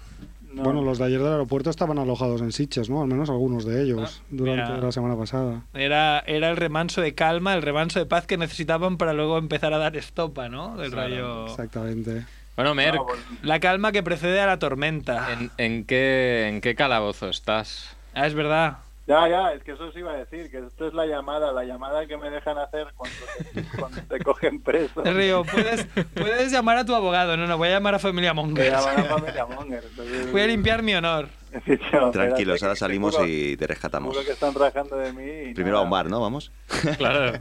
Speaker 9: No.
Speaker 4: Bueno, los de ayer del aeropuerto estaban alojados en Sitges, ¿no? Al menos algunos de ellos durante
Speaker 5: Ah, mira.
Speaker 4: la semana pasada.
Speaker 5: Era, era el remanso de calma, el remanso de paz que necesitaban para luego empezar a dar estopa, ¿no? Del
Speaker 7: Claro,
Speaker 5: rayo.
Speaker 4: Exactamente.
Speaker 7: Bueno, Merck,
Speaker 9: No, pues,
Speaker 5: La calma que precede a la tormenta.
Speaker 7: ¿en, en qué, ¿en qué calabozo estás?
Speaker 5: Ah, es verdad.
Speaker 9: Ya, ya, es que eso os iba a decir, que esto es la llamada, la llamada que me dejan hacer cuando te, cuando te cogen preso.
Speaker 5: Río, puedes, puedes llamar a tu abogado. No, no, voy a llamar a Familia
Speaker 9: Me
Speaker 5: Monger.
Speaker 9: llaman a Pamela Monger, entonces-
Speaker 5: Voy a limpiar mi honor.
Speaker 9: He dicho, espérate,
Speaker 6: Tranquilos, ahora
Speaker 9: que
Speaker 6: salimos
Speaker 9: seguro-
Speaker 6: y te rescatamos.
Speaker 9: Seguro que están rajando de mí. y
Speaker 6: Primero a
Speaker 9: nada.
Speaker 6: Omar, ¿no? Vamos.
Speaker 7: Claro,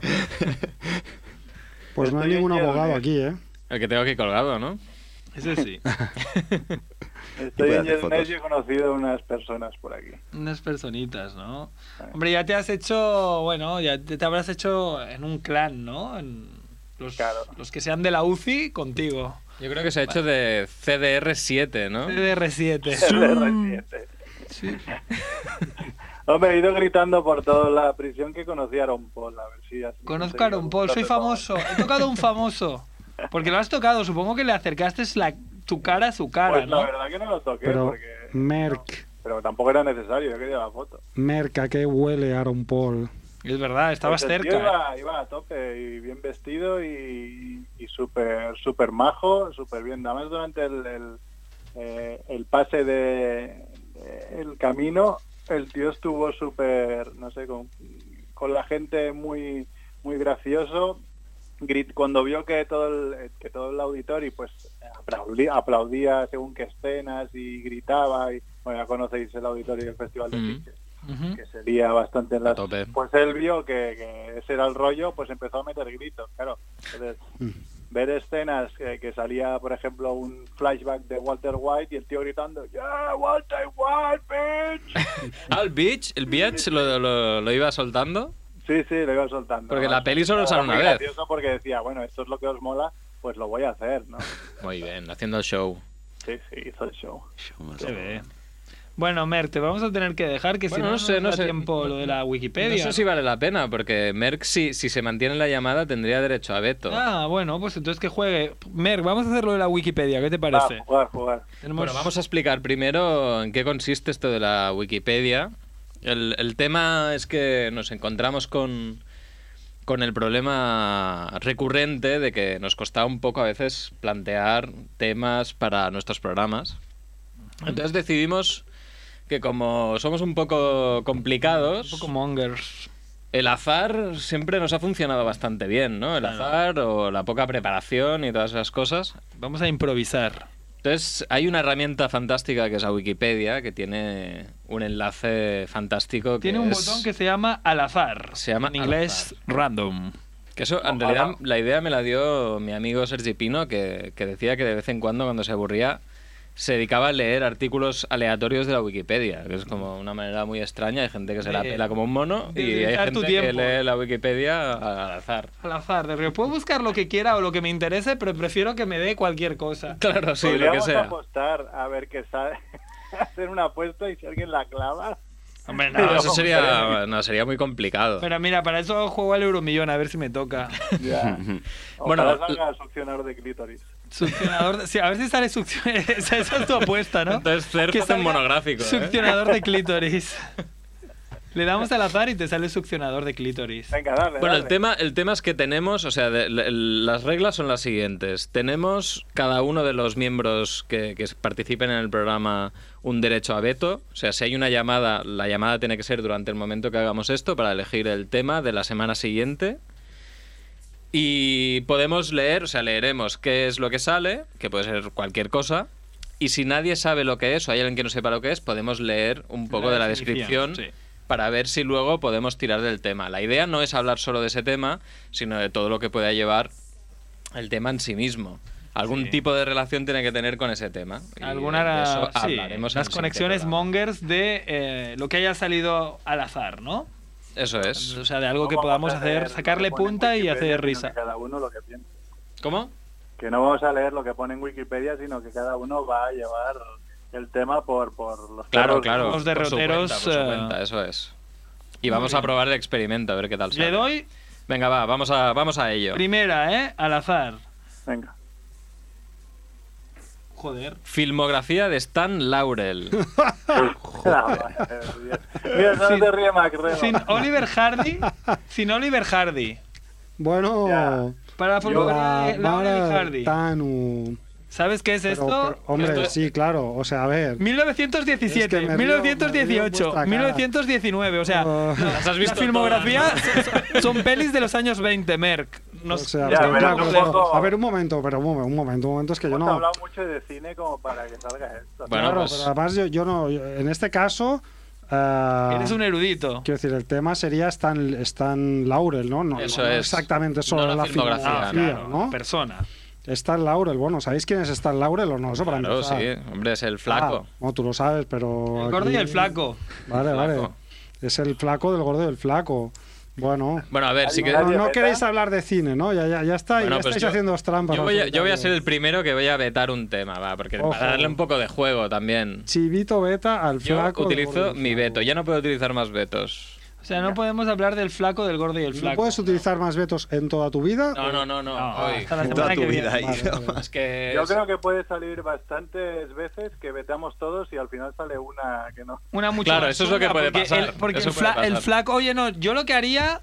Speaker 4: Pues no hay
Speaker 9: Estoy
Speaker 4: ningún
Speaker 9: en
Speaker 4: abogado
Speaker 9: hierro,
Speaker 4: aquí, ¿eh?
Speaker 7: el que tengo aquí colgado, ¿no?
Speaker 5: Eso sí.
Speaker 9: Estoy
Speaker 6: puede
Speaker 9: en
Speaker 6: hacer fotos.
Speaker 9: Yernes y he conocido unas personas por aquí.
Speaker 5: Unas personitas, ¿no? Hombre, ya te has hecho, bueno, ya te, te habrás hecho en un clan, ¿no? En los,
Speaker 9: Claro.
Speaker 5: los que sean de la UCI contigo.
Speaker 7: Yo creo que se ha hecho de CDR7,
Speaker 5: Ah.
Speaker 7: ¿no?
Speaker 5: CDR7.
Speaker 9: R7. Hombre, he ido gritando por toda la prisión que conocí a Aaron Paul, a ver si así
Speaker 5: Conozco
Speaker 9: conseguimos
Speaker 5: a Aaron Paul,
Speaker 9: un
Speaker 5: soy
Speaker 9: trato con-
Speaker 5: famoso. He tocado a un famoso. Porque lo has tocado, supongo que le acercaste la, tu cara a su cara,
Speaker 9: Pues la
Speaker 5: ¿no?
Speaker 9: verdad que no lo toqué,
Speaker 4: Pero
Speaker 9: porque...
Speaker 4: Merck,
Speaker 9: Pero tampoco era necesario, yo quería la foto.
Speaker 4: Merck, ¿a qué huele Aaron Paul?
Speaker 5: Es verdad, estabas
Speaker 9: Pues el tío
Speaker 5: cerca.
Speaker 9: Iba,
Speaker 5: eh.
Speaker 9: iba a tope y bien vestido y, y súper super majo, súper bien. Además durante el, el, eh, el pase de, de- el camino, el tío estuvo súper, no sé, con, con la gente muy muy gracioso. Grit- Cuando vio que todo el, que todo el auditorio pues aplaudía, aplaudía según qué escenas y gritaba y bueno ya conocéis el auditorio del Festival de
Speaker 7: Mm.
Speaker 9: Sitges.
Speaker 5: Ujú.
Speaker 9: que se lía bastante en las...
Speaker 7: tope.
Speaker 9: Pues él vio que, que ese era el rollo, pues empezó a meter gritos, claro. Entonces, ver escenas que, que salía, por ejemplo, un flashback de Walter White y el tío gritando, ¡Yeah, Walter White, bitch!
Speaker 7: Ah, el beach, el beach lo, lo- lo iba soltando.
Speaker 9: Sí, sí, lo iba soltando.
Speaker 7: Porque la peli solo
Speaker 9: Era
Speaker 7: sale una
Speaker 9: muy
Speaker 7: vez.
Speaker 9: gracioso porque decía, bueno, esto es lo que os mola, pues lo voy a hacer, ¿no?
Speaker 7: Muy bien, haciendo el show.
Speaker 9: Sí, sí, hizo el show.
Speaker 5: Pues Se ve. Bueno, Mer, te vamos a tener que dejar que si
Speaker 7: Bueno,
Speaker 5: no,
Speaker 7: no sé,
Speaker 5: nos
Speaker 7: no
Speaker 5: da
Speaker 7: sé.
Speaker 5: tiempo lo de la Wikipedia.
Speaker 7: No sé si vale la pena, porque Merck, si, si se mantiene la llamada, tendría derecho a veto.
Speaker 5: Ah, bueno, pues entonces que juegue. Mer, vamos a hacerlo de la Wikipedia, ¿qué te
Speaker 9: Va, pues
Speaker 5: parece?
Speaker 9: jugar, jugar.
Speaker 5: Tenemos-
Speaker 7: Bueno, vamos a explicar primero en qué consiste esto de la Wikipedia. El, el tema es que nos encontramos con, con el problema recurrente de que nos costaba un poco a veces plantear temas para nuestros programas. Entonces decidimos que como somos un poco complicados,
Speaker 5: Un poco mongers.
Speaker 7: el azar siempre nos ha funcionado bastante bien, ¿no? El azar o la poca preparación y todas esas cosas.
Speaker 5: Vamos a improvisar.
Speaker 7: Entonces, hay una herramienta fantástica que es la Wikipedia, que tiene un enlace fantástico. Que
Speaker 5: Tiene un
Speaker 7: es-
Speaker 5: botón que se llama al azar.
Speaker 7: Se llama
Speaker 5: en inglés random.
Speaker 7: que eso, en realidad, la idea me la dio mi amigo Sergi Pino, que, que decía que de vez en cuando, cuando se aburría, se dedicaba a leer artículos aleatorios de la Wikipedia, que es como una manera muy extraña. Hay gente que se la
Speaker 5: De-
Speaker 7: pela como un mono
Speaker 5: de
Speaker 7: y hay
Speaker 5: dedicar tu
Speaker 7: gente que
Speaker 5: tiempo.
Speaker 7: lee la Wikipedia al azar.
Speaker 5: Al azar, de río. Puedo buscar lo que quiera o lo que me interese, pero prefiero que me dé cualquier cosa.
Speaker 7: Claro, sí, lo que
Speaker 9: Podríamos
Speaker 7: sea.
Speaker 9: apostar a ver qué sale, hacer una apuesta y si alguien la clava.
Speaker 5: Hombre,
Speaker 7: No, eso sería, no, sería muy complicado.
Speaker 5: Pero mira, para eso juego al Euromillón, a ver si me toca.
Speaker 9: Ya.
Speaker 7: Bueno,
Speaker 9: Ojalá salga el succionador de clítoris.
Speaker 5: Succionador. de- sí, a ver si sale succionador. Esa esa es tu apuesta, ¿no?
Speaker 7: Entonces, Fer
Speaker 5: Que
Speaker 7: hace un
Speaker 5: salga
Speaker 7: monográfico, ¿eh?
Speaker 5: Succionador de clítoris. Le damos al azar y te sale succionador de clítoris.
Speaker 9: Venga, dale.
Speaker 7: Bueno,
Speaker 9: dale.
Speaker 7: el tema, el tema es que tenemos, o sea, de- l- el- las reglas son las siguientes. Tenemos cada uno de los miembros que, que participen en el programa un derecho a veto. O sea, si hay una llamada, la llamada tiene que ser durante el momento que hagamos esto para elegir el tema de la semana siguiente. Y podemos leer, o sea, leeremos qué es lo que sale, que puede ser cualquier cosa. Y si nadie sabe lo que es o hay alguien que no sepa lo que es, podemos leer un poco
Speaker 5: La
Speaker 7: de la
Speaker 5: definición,
Speaker 7: descripción
Speaker 5: sí.
Speaker 7: para ver si luego podemos tirar del tema. La idea no es hablar solo de ese tema, sino de todo lo que pueda llevar el tema en sí mismo. Algún tipo de relación tiene que tener con ese tema. y de eso
Speaker 5: Algunas sí,
Speaker 7: hablaremos en
Speaker 5: las
Speaker 7: el
Speaker 5: conexiones
Speaker 7: siguiente
Speaker 5: mongers de eh, lo que haya salido al azar, ¿no?
Speaker 7: programa. Eso es.
Speaker 5: O sea, de algo que
Speaker 9: No
Speaker 5: podamos
Speaker 9: vamos a leer
Speaker 5: hacer,
Speaker 9: lo que
Speaker 5: sacarle
Speaker 9: pone en
Speaker 5: punta y
Speaker 9: Wikipedia,
Speaker 5: hacer
Speaker 9: sino
Speaker 5: risa.
Speaker 9: que Cada uno lo que piensa.
Speaker 7: ¿Cómo?
Speaker 9: Que no vamos a leer lo que pone en Wikipedia, sino que cada uno va a llevar el tema por, por los
Speaker 7: Claro,
Speaker 9: cerros.
Speaker 7: claro.
Speaker 5: los derroteros,
Speaker 7: Por su cuenta, por su
Speaker 5: eh,
Speaker 7: cuenta, eso es. Y vamos a probar el experimento, a ver qué tal sale.
Speaker 5: Le doy
Speaker 7: Venga, va, vamos a, vamos a ello.
Speaker 5: primera, ¿eh? Al azar.
Speaker 9: Venga.
Speaker 5: Joder.
Speaker 7: Filmografía de Stan Laurel.
Speaker 9: Ah, vale, bien. Mira, no
Speaker 5: Sin-
Speaker 9: te ríe Mac, Reba.
Speaker 5: Sin Oliver Hardy, sin Oliver Hardy.
Speaker 4: Bueno,
Speaker 9: Ya.
Speaker 5: Para la
Speaker 4: la
Speaker 5: filmografía de Laurel y Hardy.
Speaker 4: Tanu.
Speaker 5: ¿Sabes qué es
Speaker 4: Pero,
Speaker 5: esto?
Speaker 4: pero, hombre,
Speaker 5: Esto-
Speaker 4: sí, claro. O sea, a ver.
Speaker 5: 1917,
Speaker 4: Es que me río- me río en
Speaker 5: 1918,
Speaker 4: vuestra cara.
Speaker 5: 1919, o sea,
Speaker 4: Ah.
Speaker 5: no,
Speaker 7: Las has visto
Speaker 5: la filmografía son, son pelis de los años 20, Merck.
Speaker 4: o
Speaker 5: Nos-
Speaker 4: sea,
Speaker 9: Ya,
Speaker 4: pero
Speaker 9: pero
Speaker 4: una
Speaker 9: un
Speaker 4: cosa-
Speaker 9: poco-
Speaker 4: A ver, un momento, pero un momento, un momento, un momento, es que yo
Speaker 9: Hemos
Speaker 4: no.
Speaker 9: hablado mucho de cine como para que salga esto.
Speaker 7: Bueno,
Speaker 4: claro,
Speaker 7: pues-
Speaker 4: pero además yo, yo no. yo- en este caso. ah,
Speaker 5: Eres un erudito.
Speaker 4: Quiero decir, el tema sería Stan, Stan Laurel, ¿no? No,
Speaker 7: Eso
Speaker 4: no
Speaker 7: es.
Speaker 4: exactamente solo
Speaker 7: No la
Speaker 4: la
Speaker 7: filmografía,
Speaker 4: filmografía,
Speaker 7: claro,
Speaker 4: ¿no?
Speaker 5: Ah, Persona.
Speaker 4: Stan Laurel, bueno, ¿sabéis quién es Stan Laurel o no? Eso para
Speaker 7: Claro, sí.
Speaker 4: empezar.
Speaker 7: Hombre, es el flaco.
Speaker 4: Ah, no, tú lo sabes, pero.
Speaker 5: El gordo y
Speaker 4: aquí-
Speaker 5: el flaco.
Speaker 4: Vale,
Speaker 7: Flaco.
Speaker 4: vale. Es el flaco del gordo y el flaco. Bueno.
Speaker 7: Bueno, a ver, sí que...
Speaker 4: No, no
Speaker 9: ¿Verdad?
Speaker 4: queréis hablar de cine, ¿no? Ya, ya, ya está.
Speaker 7: Bueno,
Speaker 4: ya
Speaker 7: pues
Speaker 4: estáis
Speaker 7: yo-
Speaker 4: haciendo trampas.
Speaker 7: Yo
Speaker 4: al
Speaker 7: voy, a, yo voy
Speaker 4: solitario.
Speaker 7: a ser el primero que voy a vetar un tema, va, porque
Speaker 4: Ojo.
Speaker 7: para darle un poco de juego también.
Speaker 4: Chivito beta al
Speaker 7: Yo
Speaker 4: flaco. del gordo
Speaker 7: utilizo
Speaker 4: y
Speaker 7: mi
Speaker 4: el
Speaker 7: veto,
Speaker 4: flaco.
Speaker 7: ya no puedo utilizar más vetos.
Speaker 5: O sea, no podemos hablar del flaco, del gordo y el
Speaker 4: ¿No
Speaker 5: flaco.
Speaker 4: puedes utilizar más vetos en toda tu vida?
Speaker 7: No, no, no, no.
Speaker 5: No,
Speaker 7: hoy.
Speaker 5: hasta la
Speaker 6: En
Speaker 5: semana
Speaker 6: toda tu
Speaker 5: que viene.
Speaker 6: vida. y-
Speaker 4: Vale, vale.
Speaker 7: Es que
Speaker 9: Yo
Speaker 7: es-
Speaker 9: creo que puede salir bastantes veces que vetamos todos y al final sale una que no.
Speaker 5: Una mucho
Speaker 7: Claro,
Speaker 5: más
Speaker 7: eso es lo que
Speaker 5: chunga,
Speaker 7: puede
Speaker 5: porque
Speaker 7: pasar,
Speaker 5: el- porque
Speaker 7: eso
Speaker 5: el,
Speaker 7: puede
Speaker 5: fla-
Speaker 7: pasar.
Speaker 5: el flaco, oye, no, yo lo que haría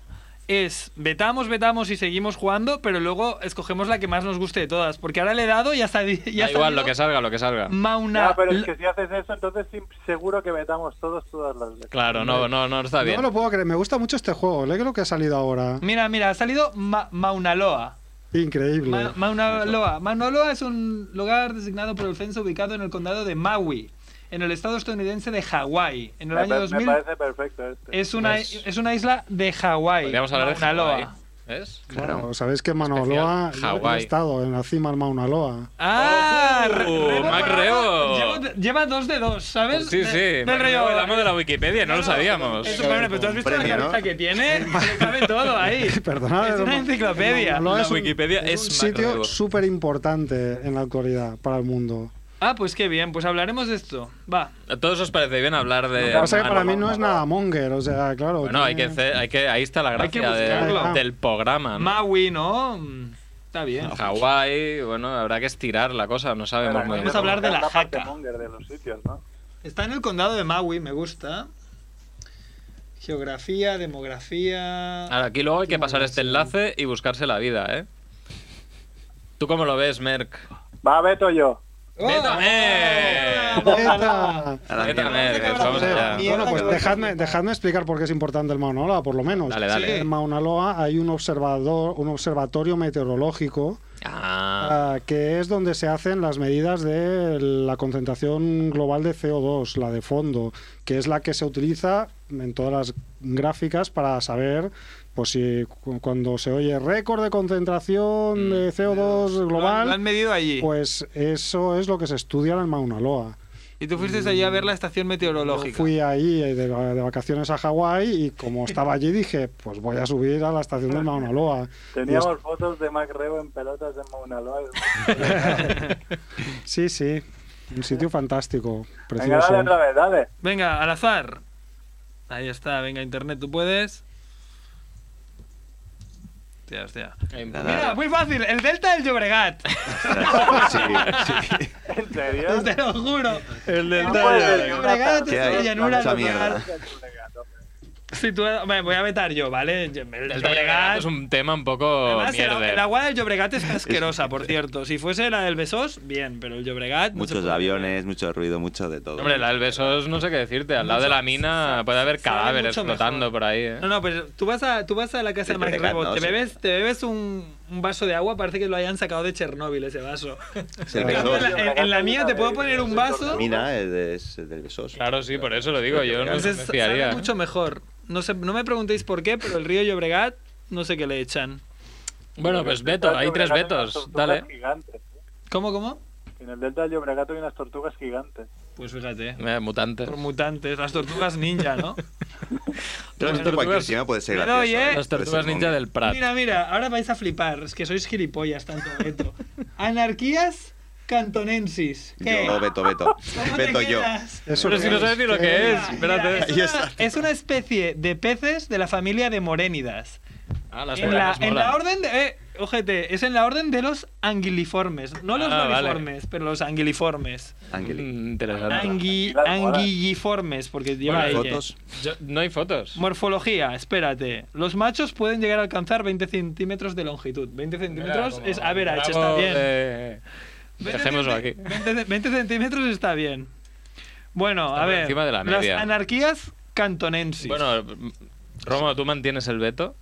Speaker 5: es vetamos, vetamos y seguimos jugando, pero luego escogemos la que más nos guste de todas. Porque ahora le he dado y ya está. Mm.
Speaker 7: da igual lo que salga, lo que salga.
Speaker 5: Mauna.
Speaker 9: Ya, pero es
Speaker 5: L-
Speaker 9: que si haces eso, entonces sí, seguro que vetamos todos todas las veces.
Speaker 7: Claro, no, no, no está bien.
Speaker 4: No me lo puedo creer. Me gusta mucho este juego. Lee lo que ha salido ahora.
Speaker 5: Mira, mira, ha salido Ma- Maunaloa.
Speaker 4: Increíble.
Speaker 5: Ma- Maunaloa. Maunaloa es un lugar designado por el censo ubicado en el condado de Maui, en el estado estadounidense de Hawái, en el
Speaker 9: me,
Speaker 5: año
Speaker 9: pa-
Speaker 5: 2000.
Speaker 9: me parece perfecto este.
Speaker 5: Es una,
Speaker 7: Es-
Speaker 5: es una isla de Hawái.
Speaker 7: Podríamos hablar de
Speaker 5: Mauna Loa.
Speaker 7: Hawái. ¿Ves?
Speaker 6: Claro.
Speaker 4: Bueno, sabéis que en Mauna Loa yo he
Speaker 7: Hawái.
Speaker 4: estado en la cima del Mauna Loa.
Speaker 5: ¡Ah!
Speaker 7: ¡Oh!
Speaker 5: re- remo
Speaker 7: Mac
Speaker 5: para-
Speaker 7: Rebo.
Speaker 5: Llevo- Lleva dos de dos, ¿sabes?
Speaker 7: Sí,
Speaker 5: De-
Speaker 7: sí.
Speaker 5: del
Speaker 7: Mac
Speaker 5: rollo-
Speaker 7: Rebo, el amo de la Wikipedia, no lo sabíamos.
Speaker 5: Es un hombre, pero tú has visto la
Speaker 6: Premio, ¿no?
Speaker 5: cabeza que tiene. Le cabe todo ahí.
Speaker 4: Perdonad,
Speaker 5: Es una
Speaker 4: hermano.
Speaker 5: enciclopedia.
Speaker 4: Mauna Loa
Speaker 7: La
Speaker 4: es un-
Speaker 7: Wikipedia
Speaker 4: es un
Speaker 7: es
Speaker 4: sitio
Speaker 7: macro.
Speaker 4: súper importante en la actualidad para el mundo.
Speaker 5: Ah, pues qué bien, pues hablaremos de esto. Va.
Speaker 7: ¿A todos os parece bien hablar de...
Speaker 4: Lo que pasa es que
Speaker 7: Mac-
Speaker 4: para mí no es nada monger, o sea, claro.
Speaker 7: Eh, Bueno, hay que
Speaker 4: tiene-
Speaker 7: hacer, hay que, ahí está la
Speaker 5: Hay que
Speaker 7: gracia de-
Speaker 4: buscarlo.
Speaker 7: del programa. Ah, ¿no?
Speaker 5: Maui, ¿no? Mm, Está bien.
Speaker 7: Hawái, bueno, habrá que estirar la cosa, no sabemos
Speaker 9: Pero
Speaker 7: muy bien.
Speaker 5: Vamos a hablar de la
Speaker 9: la parte
Speaker 5: jaca.
Speaker 9: monger de los sitios, ¿no?
Speaker 5: Está en el condado de Maui, me gusta. Geografía, demografía.
Speaker 7: Ahora, aquí luego hay que pasar este enlace y buscarse la vida, ¿eh? ¿Tú cómo lo ves, Merck?
Speaker 9: Va, Beto yo.
Speaker 5: ¡Oh!
Speaker 7: ¡Vétame!
Speaker 4: ¡Eta!
Speaker 6: A la
Speaker 7: Vete a
Speaker 6: mierda.
Speaker 7: Merck, vamos allá.
Speaker 4: Bueno, pues dejadme, dejadme explicar por qué es importante el Mauna Loa, por lo menos.
Speaker 7: Dale, dale.
Speaker 4: En Mauna Loa hay un observador, un observatorio meteorológico
Speaker 7: Ah,
Speaker 4: ah, que es donde se hacen las medidas de la concentración global de CO2, la de fondo, que es la que se utiliza en todas las gráficas para saber pues si cu- cuando se oye récord de concentración de CO2
Speaker 5: Mm, Lo han, lo han
Speaker 4: global,
Speaker 5: medido allí.
Speaker 4: pues eso es lo que se estudia en el Mauna Loa.
Speaker 5: y tú fuiste allí a ver la estación
Speaker 4: Yo
Speaker 5: meteorológica.
Speaker 4: Fui ahí eh, de, de vacaciones a Hawái y como estaba allí dije, pues voy a subir a la estación de Mauna Loa.
Speaker 9: Teníamos fotos de Mac Rebo en pelotas en Mauna Loa.
Speaker 4: Sí, sí, un sitio fantástico,
Speaker 9: Venga,
Speaker 4: precioso.
Speaker 9: dale otra vez, dale.
Speaker 5: Venga, al azar. Ahí está, venga, internet, tú puedes. Hostia, hostia. Mira, muy fácil, el delta del Llobregat.
Speaker 6: Sí, sí.
Speaker 9: ¿En serio?
Speaker 5: Te lo juro. El
Speaker 9: No puede ser que una
Speaker 5: Llobregat
Speaker 6: ¿Qué
Speaker 5: es
Speaker 6: hay?
Speaker 5: una llanura
Speaker 6: Mucha
Speaker 5: total.
Speaker 6: mierda.
Speaker 5: Situada- Bueno, voy a vetar yo, ¿vale? El
Speaker 7: el
Speaker 5: Llobregat.
Speaker 7: Llobregat es un tema un poco
Speaker 5: Además, el, el
Speaker 7: mierda.
Speaker 5: agua del Llobregat es asquerosa, por cierto. Si fuese la del Besós, bien, pero el Llobregat. no se
Speaker 6: Muchos
Speaker 5: puede.
Speaker 6: aviones, mucho ruido, mucho de todo.
Speaker 7: Hombre, la del Besos, no sé qué decirte. Al lado de la mina puede haber
Speaker 5: sabe
Speaker 7: cadáveres
Speaker 5: mucho mejor.
Speaker 7: flotando por ahí, ¿eh?
Speaker 5: No, no, pero tú vas a, tú vas a la casa de
Speaker 6: El
Speaker 5: Max
Speaker 6: Llobregat,
Speaker 5: Rebo,
Speaker 6: no,
Speaker 5: te,
Speaker 6: sí.
Speaker 5: bebes, te bebes un, un vaso de agua, parece que lo hayan sacado de Chernóbil ese vaso.
Speaker 6: Es el
Speaker 5: En,
Speaker 6: Besós.
Speaker 5: la- en- en la mía te puedo poner un
Speaker 6: La
Speaker 5: vaso,
Speaker 6: mina es, de- es del Besós.
Speaker 7: Claro, sí, por eso lo digo. Yo no me
Speaker 5: entonces
Speaker 7: fiaría.
Speaker 5: sabe mucho mejor. No, sé, no me preguntéis por qué, pero el río Llobregat, no sé qué le echan.
Speaker 7: Bueno, pues Beto, hay tres Betos. Dale.
Speaker 5: ¿Cómo, cómo?
Speaker 9: En el delta del Llobregato hay unas tortugas gigantes.
Speaker 5: Pues fíjate.
Speaker 7: Mira, Mutantes.
Speaker 5: Por mutantes, las tortugas ninja, ¿no?
Speaker 6: Pero
Speaker 7: Las
Speaker 6: esto cualquier
Speaker 7: tortugas-
Speaker 6: tema puede ser
Speaker 5: Pero,
Speaker 6: gracioso.
Speaker 5: oye,
Speaker 6: ¿eh?
Speaker 7: Las
Speaker 6: Puede
Speaker 7: tortugas
Speaker 6: ser
Speaker 7: ninja
Speaker 6: un-
Speaker 7: del Prat.
Speaker 5: Pues, Mira, mira, ahora vais a flipar, es que sois gilipollas tanto, Beto. Anarquías cantonensis. ¿Qué?
Speaker 6: Yo, Beto, Beto.
Speaker 5: ¿Cómo
Speaker 6: Beto,
Speaker 5: te
Speaker 6: yo.
Speaker 5: quedas?
Speaker 4: Eso
Speaker 7: Pero si no
Speaker 4: es.
Speaker 7: sabes ni lo que es.
Speaker 5: Mira,
Speaker 7: Espérate.
Speaker 5: es,
Speaker 6: Ahí
Speaker 5: una,
Speaker 6: está.
Speaker 5: es una especie de peces de la familia de morénidas.
Speaker 7: Ah, las
Speaker 5: En la,
Speaker 7: morenas
Speaker 5: en
Speaker 7: molan.
Speaker 5: la orden de. eh, ojete, es en la orden de los anguiliformes. No los
Speaker 7: Ah, vale.
Speaker 5: noriformes, pero los anguiliformes.
Speaker 6: Ángel.
Speaker 7: Mm, Interesante.
Speaker 5: Angui,
Speaker 9: Las molas.
Speaker 5: anguilliformes, porque lleva
Speaker 6: Bueno,
Speaker 5: ella.
Speaker 6: fotos.
Speaker 7: Yo- no hay fotos.
Speaker 5: Morfología, espérate. Los machos pueden llegar a alcanzar 20 centímetros de longitud. 20 centímetros es average, está bien.
Speaker 7: eh, Dejémoslo aquí.
Speaker 5: 20, ce- 20 centímetros está bien. Bueno,
Speaker 7: Está
Speaker 5: a
Speaker 7: por
Speaker 5: ver.
Speaker 7: encima de la media.
Speaker 5: Las anarquías cantonensis.
Speaker 7: Bueno, mm, Romo, ¿tú mantienes el veto?